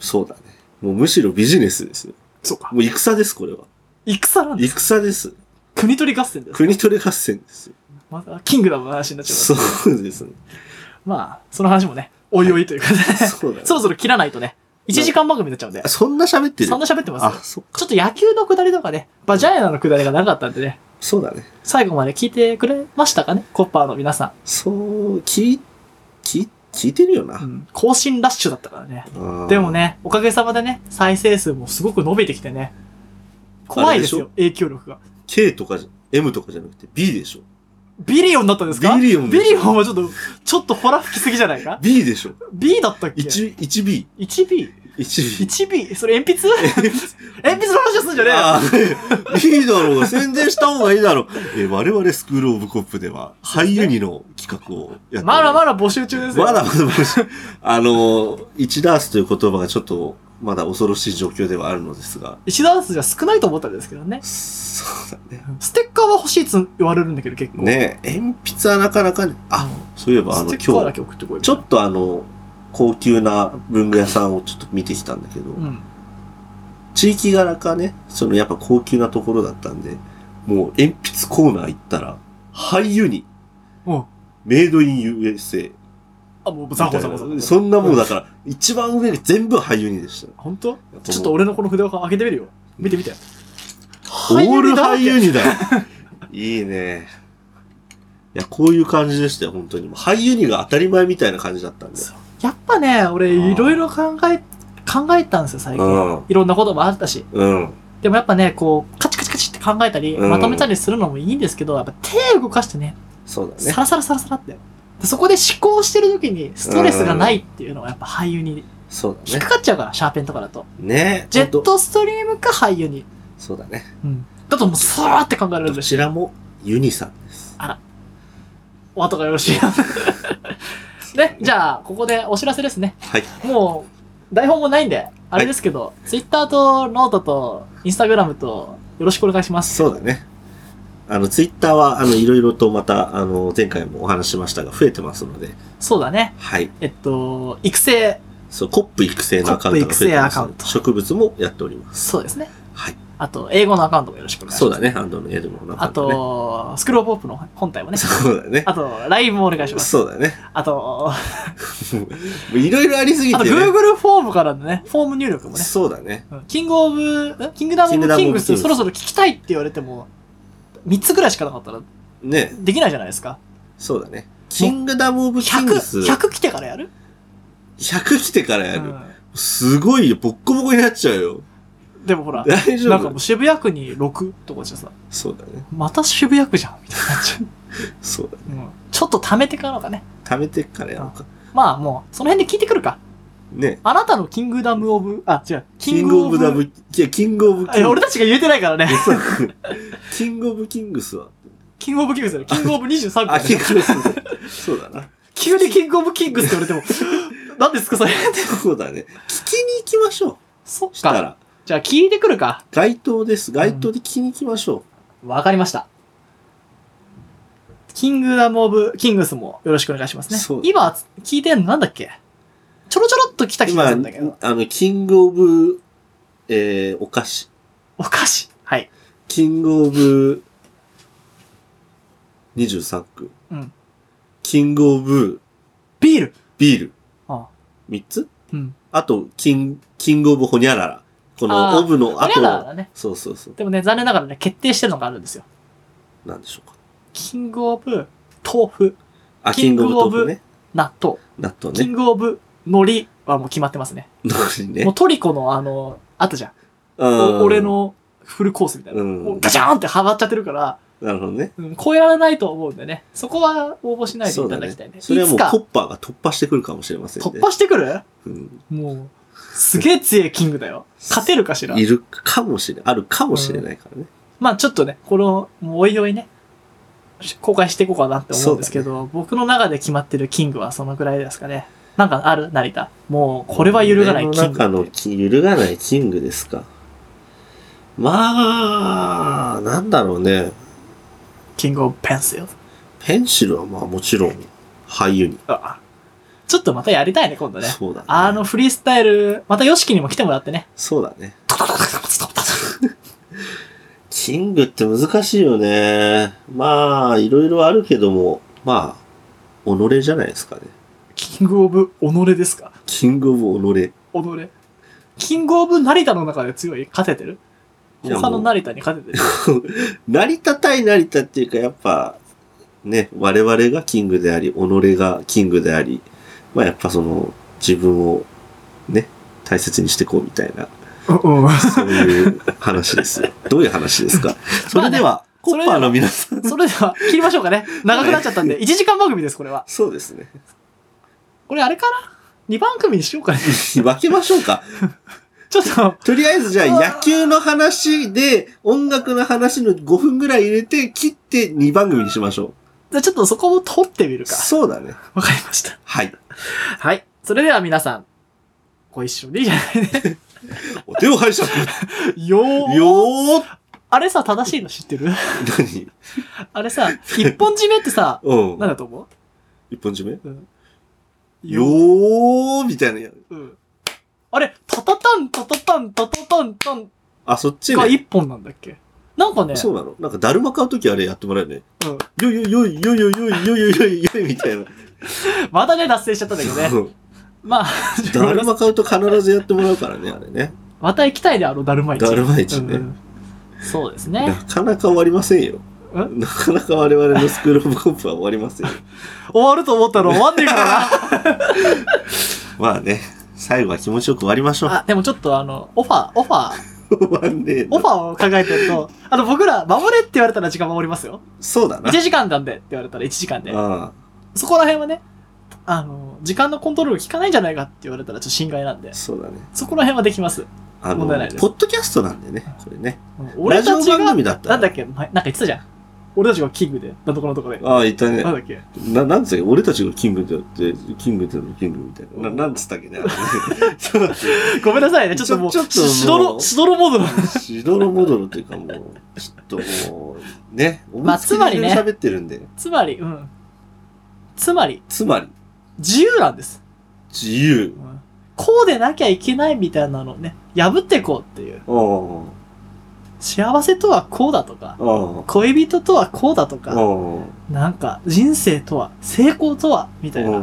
S1: そうだね。もうむしろビジネスですよ。
S2: そうか。
S1: もう戦です、これは。
S2: 戦なんだ。
S1: 戦です。
S2: 国取り合戦です。
S1: 国取り合戦ですよ。
S2: また、キングダムの話になっちゃうか
S1: そうですね。
S2: ら。まあ、その話もね、おいおいというかね、
S1: そうだね
S2: そろそろ切らないとね、1時間番組になっちゃうんで
S1: あ、そんな喋ってる
S2: そんな喋ってますよ
S1: あ、そっか。
S2: ちょっと野球のくだりとかね、バジャイアナのくだりがなかったんでね、
S1: そうだね。
S2: 最後まで聞いてくれましたかね、コッパーの皆さ
S1: そう、聞い、聞い、聞いてるよ
S2: ん。う
S1: な。
S2: ん、更新ラッシュだったからね。
S1: あー
S2: でも。ね、おかげさまでね、再生数もすごく伸びてきてね、怖いですよ、影響力が。
S1: K とかじゃ、M とかじゃなくて B でしょ。
S2: ビリオンになったんですか
S1: ビリオンで
S2: ビ
S1: す
S2: リオンはちょっと、ちょっとホラ吹きすぎじゃないか
S1: B でしょ。
S2: ?B だったっけ
S1: 1、1B。
S2: 1B?1B?
S1: 1B。
S2: それ鉛筆 鉛筆の話をするんじゃねえよ
S1: ああ、いいだろう。宣伝した方がいいだろう。えー我々スクールオブコップでは、俳優にの企画をやっておりす
S2: まだまだ募集中ですよ。
S1: まだまだ僕あの、1ダースという言葉がちょっと、まだ恐ろしい状況ではあるのですが、
S2: 1ダンスじゃ少ないと思ったんですけどね。
S1: そうだね。
S2: ステッカーは欲しいっつ言われるんだけど結構。
S1: ねえ鉛筆はなかなかね、あ、そういえばあの、
S2: ステッカー
S1: 今
S2: だ
S1: 日、
S2: け送ってこい。
S1: ちょっとあの、高級な文具屋さんをちょっと見てきたんだけど、
S2: うん。
S1: 地域柄かね、そのやっぱ高級なところだったんで、もう鉛筆コーナー行ったら、俳優に、
S2: うん
S1: メイドイン USA。
S2: あ、もうザコザコザコ。
S1: そんなもんだから、一番上が全部俳優にでした。
S2: 本当ちょっと俺のこの筆を開けてみるよ。見て見て。
S1: オ
S2: 俳
S1: ール
S2: 優だら
S1: 俳
S2: け
S1: 優にだいいね。いや、こういう感じでしたよ、本当に。もう俳優にが当たり前みたいな感じだったんで。
S2: そうやっぱね、俺いろいろ考え、考えたんですよ、最
S1: う
S2: 近。
S1: ん。
S2: いろんなこともあったし。
S1: うん。
S2: でもやっぱね、こう、カチカチカチって考えたり、
S1: うん
S2: まとめたりするのもいいんですけど、やっぱ手動かしてね、
S1: そうだね
S2: サ。ラサラサラサラって。でそこで思考してる時にストレスがないっていうのはやっぱ俳優に
S1: そうだ
S2: 引っ
S1: ね
S2: か。かっちゃうから、シャーペンとかだと。
S1: ね
S2: ジェッ。トストリームか俳優に。
S1: そうだね。
S2: うん。だともうスーって考えられ
S1: ど
S2: るし、
S1: ちらもユニさんです。
S2: お後がよろ しいよ。ね、じゃあ、ここでお知らせですね。
S1: はい。
S2: もう、台本もないんで、あれですけど、ツイッターとノートとインスタグラムとよろしくお願いします。
S1: そうだね。あの、ツイッターは、あの、いろいろとまた、あの、前回もお話ししましたが、増えてますので、
S2: そうだね。
S1: はい。
S2: えっと、育成、
S1: そう、コップ育成のアカウントが増えてます
S2: コップ育成アカウン
S1: ので
S2: ト
S1: 植物もやっております。
S2: そうですね。
S1: はい。
S2: あと、英語のアカウントもよろしくお願いし
S1: そう
S2: ます。
S1: だね、ハンドのエルモのアカ
S2: あ
S1: ウントね。
S2: と、スクロールポップの本体もね。
S1: そうだね。
S2: あと、LINE もお願いします。
S1: そうだね。
S2: あと、
S1: もういろいろありすぎ
S2: あと
S1: てね。
S2: Google フォームからのね、フォーム入力もね。
S1: そうだね。
S2: うんキングオブ、んキングダム・オブ・キングス、そろそろ聞きたいって言われても、3つぐらいしかなかったら
S1: ね。
S2: できないじゃないですか。
S1: そうだね。キングダム・オブ・キングス。
S2: 100、100来てからやる
S1: 100来てからや
S2: う
S1: る。
S2: ん
S1: すごいよ。ボッコボコになっちゃうよ。
S2: でもほら、
S1: 大丈
S2: なんかも
S1: 夫
S2: う渋谷区に6とかじゃさ、
S1: そうだね。
S2: また渋谷区じゃんみたいになっちゃ
S1: そうだね。
S2: う。うんちょっと貯めてからかね。
S1: 貯めてっからやろうか。
S2: まあもう、その辺で聞いてくるか。
S1: ね。
S2: あなたのキングダム・オブ、あ、違う、
S1: キング・オブ・ダブ、いや、キング・オブ・
S2: あ
S1: キ
S2: い
S1: ン
S2: や
S1: グ
S2: 俺たちが言えてないからね。
S1: ス。 キング・オブ・キングスは。
S2: キングオブキングスだね。キングオブ23
S1: あ、
S2: 区、
S1: キン
S2: ね。
S1: グ・オブ・そうだな。
S2: 急にキングオブキングスって言われても、 何ですかそれって。
S1: そうだね。聞きに行きましょう。
S2: そっ
S1: した
S2: か。
S1: ら。
S2: じゃあ聞いてくるか。
S1: 街頭です。街頭で聞きに行きましょう。
S2: わかりました。キングダム・オブ・キングスもよろしくお願いしますね。
S1: そう
S2: 今、聞いてんのなんだっけちょろちょろっと来た気
S1: 今、
S2: がす
S1: あ
S2: るんだけど。
S1: の、キング・オブ、えー、お菓子。
S2: お菓子はい。
S1: キングオブ23区。
S2: うん
S1: キングオブ
S2: ビール
S1: ビール。
S2: ああ
S1: 三つ
S2: うん。
S1: あと、キン、キングオブホニャララ。こ
S2: あ
S1: のオ
S2: ー
S1: ブの
S2: あれ
S1: 後
S2: だからね。
S1: そうそうそう。
S2: でもね、残念ながらね、決定してるのがあるんですよ。
S1: なんでしょうか。
S2: キングオブ、豆腐、
S1: あ、
S2: キ
S1: キ
S2: ン
S1: ン
S2: グ
S1: グ
S2: オ
S1: オ
S2: ブ
S1: ブ豆腐ね。
S2: 納豆。
S1: 納豆
S2: キン
S1: ね。
S2: グオブ、海苔はもう決まってますね。
S1: のり
S2: も
S1: ね
S2: う。トリコのあの、あったじゃん。
S1: うん
S2: お俺。のフルコースみたいな。
S1: うん
S2: もうガチャーンってはまっちゃってるから、
S1: なるほどね。
S2: うん、超えられないと思うんでね。そこは応募しないで
S1: そ
S2: いうた
S1: だ
S2: だきたい
S1: ね
S2: ね。。
S1: それはいも
S2: つ
S1: う
S2: か
S1: コッパーが突破してくるかもしれませんね。
S2: 突破してくる
S1: うん
S2: もう、すげえ強いキングだよ。勝てるかしら
S1: いるかもしれない。あるかもしれないからね。
S2: まあちょっとね、この、もうおいおいね、し公開していこうかなって思うんですけ
S1: そ
S2: ど、僕の中で決まってるキングはそのくらいですかね。なんかある成田。もう、これは揺るがないキン
S1: 俺の
S2: グ
S1: 中の。き揺るがないキングですか。まあ、なんだろうね。
S2: キングオブペンシル。
S1: ペンシルはまあもちろん俳優に。
S2: あちょっとまたやりたいね、今度ね。
S1: そうだね。
S2: あの、フリースタイル、またヨシキにも来てもらってね。
S1: そうだね。
S2: トトトトトトトト
S1: キングって難しいよね。まあ、いろいろあるけども、まあ、己じゃないですかね。
S2: キングオブ己ですか
S1: キングオブ己。
S2: 己。キングオブ成田の中で強い勝ててる
S1: いやも
S2: 他の
S1: う
S2: 成田に勝ててる
S1: 成田対成田っていうか、やっぱ、ね、我々がキングであり、己がキングであり、まあやっぱその、自分を、ね、大切にしていこうみたいな、
S2: うんうん
S1: そういう話です よ。どういう話ですかそれでは、コ
S2: それ
S1: ッ
S2: では
S1: パーの皆さん、
S2: それでは切りましょうかね。長くなっちゃったんで、1時間番組です、これは。
S1: そうですね。
S2: これあれかな ?2 番組にしようかね。
S1: 分けましょうか。
S2: ちょっと、
S1: とりあえずじゃ
S2: うわ
S1: あ野球の話で音楽の話の5分ぐらい入れて切って2番組にしましょ
S2: じゃあちょっとそこを撮ってみ
S1: う。
S2: るか。
S1: そうだね。
S2: わかりました。
S1: はい。
S2: はい。それでは皆さん、ご一緒でいいじゃないね。
S1: お手を拝借。
S2: よー
S1: よー
S2: あれさ、正しいの知ってる
S1: 何
S2: あれさ、一本締めってさ、
S1: うん
S2: なん。だと思
S1: 一本締め
S2: う、うん、
S1: よーみたいなや。
S2: うん。あれ、タタタン、タタタン、タタタンタン
S1: あ、そっち
S2: が
S1: ね。
S2: 一本なんだっけなんかね、
S1: そうなのなんかだるま買うときあれやってもらうよね。
S2: うん、
S1: よいよいよいよいよいよいよいよいよいみたいな。
S2: またね、脱線しちゃったんだけどね。
S1: うん
S2: まあ、
S1: だるま買うと必ずやってもらうからね、あれね。
S2: また行きたいで、あの、だるま市。
S1: だるま市ね
S2: うんそうですね
S1: な。かなか終わりませんよ。
S2: ん
S1: なかなか我々のスクールオブコップは終わりませんよ。
S2: 終わると思ったら終わんねえから
S1: まあね、最後は気持ちよく終わりましょう
S2: な。。あ、 でもちょっとあの、オファー、オファー、
S1: 終わんねえな
S2: オファーを考えてると、あの、僕ら、守れって言われたら時間守りますよ。
S1: そうだな。
S2: 1時間なんでって言われたら1時間で。
S1: あ
S2: そこら辺はね、あの、時間のコントロール効かないんじゃないかって言われたらちょっと心外なんで
S1: あ、、そうだね。
S2: そこら辺はできます。
S1: あの、
S2: 問題ないです
S1: ポッドキャストなんでね、これね。
S2: うん俺た
S1: ラ
S2: ち
S1: ジオ番
S2: が、
S1: 組だった
S2: な
S1: ら
S2: んだっけ前なんか言ってたじゃん。俺たちがキングで、なんとこのとこで。
S1: ああ、いたね
S2: な。んだっけ
S1: な、なんつったっけ俺たちがキングだって、キングだって、キングみたいな。な、なんつったっけね。あ れねちょっと待っ
S2: ごめんなさいね、ちょっともう、
S1: ちょちょっともう
S2: しどろ、しどろモードの。
S1: てしどろもどろというかもう、ちょっともう、ね。
S2: まあつまりね
S1: 思いつきで喋ってるんで。
S2: つまり、うん。つまり、
S1: つまり、
S2: 自由なんです。
S1: 自由
S2: う。んこうでなきゃいけないみたいなのをね、破っていこうっていう。
S1: ああ、
S2: 幸せとはこうだとか、
S1: ああ、
S2: 恋人とはこうだと
S1: あ
S2: か、なんか人生とは、成功とは、みたい
S1: あ、
S2: な。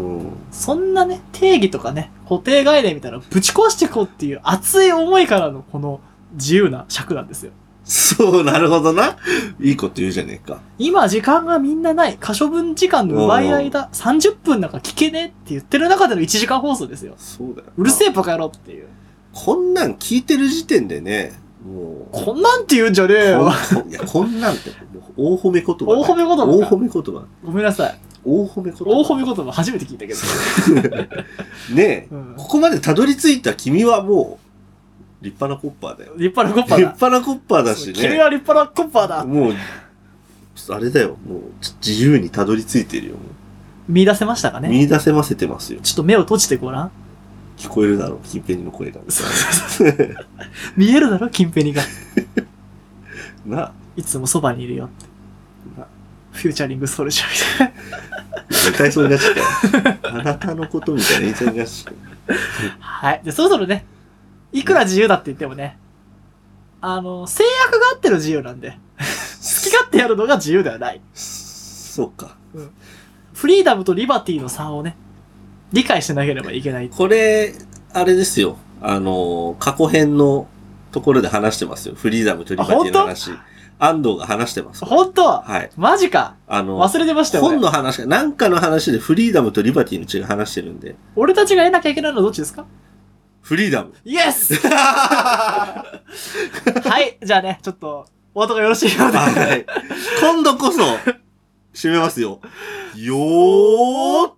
S2: そんなね、定義とかね、固定概念みたいなのをぶち壊していこうっていう熱い思いからのこの自由な尺なんですよ。
S1: そう、なるほどな。いいこと言うじゃねえか。
S2: 今時間がみんなない、可処分時間の奪い合いだ、30分なんか聞けねえって言ってる中での1時間放送ですよ。
S1: そうだよな。
S2: うるせえバカ野郎っていう。
S1: こんなん聞いてる時点でね、もう、
S2: こんなんって言うんじゃねえよ。
S1: こんいや、こんなんって、もう大褒め言葉。
S2: 大褒め言葉
S1: 大
S2: か
S1: 褒め言葉。
S2: ごめんなさい。
S1: 大褒め言葉。
S2: 大褒め言葉初めて聞いたけど。
S1: ねえ、
S2: うん
S1: ここまでたどり着いた君はもう、立派なコッパーだよ。
S2: 立派なコッパ
S1: 立
S2: ーだ。
S1: 派なコッパーだし
S2: 君
S1: ね。
S2: は立派なコッパーだ。
S1: もう、あれだよ。もう、ち自由にたどり着いてるよ。も
S2: 見出せましたか
S1: う
S2: ね
S1: 見出せませてますよ。
S2: ちょっと目を閉じてごらん。
S1: 聞こえるだろう、近辺の声が。
S2: 見えるだろ、キンペニが。
S1: ない
S2: つもそばにいるよって
S1: な。
S2: フューチャリングソルジャーみたいな。
S1: 歌いそうになっちゃったよ。あなたのことみたいな言いそうになっちゃったよ
S2: はい。で、そろそろね、いくら自由だって言ってもね、あの、制約があっての自由なんで、好き勝手やるのが自由ではない。
S1: そうか。
S2: フリーダムとリバティの差をね、理解しなければいけない。
S1: これ、あれですよ。あの、過去編のところで話してますよ。フリーダムとリバティの話。安藤が話してます。
S2: 本当
S1: はい。
S2: マジか
S1: あの、
S2: 忘れてましたよ、
S1: 本
S2: 俺。
S1: の話か、なんかの話でフリーダムとリバティの違い話してるんで、
S2: 俺たちが得なきゃいけないのはどっちですか
S1: フリー ダム。
S2: イエスはい、じゃあね、ちょっと、お後がよろしいようで。
S1: はい。今度こそ、締めますよ。よー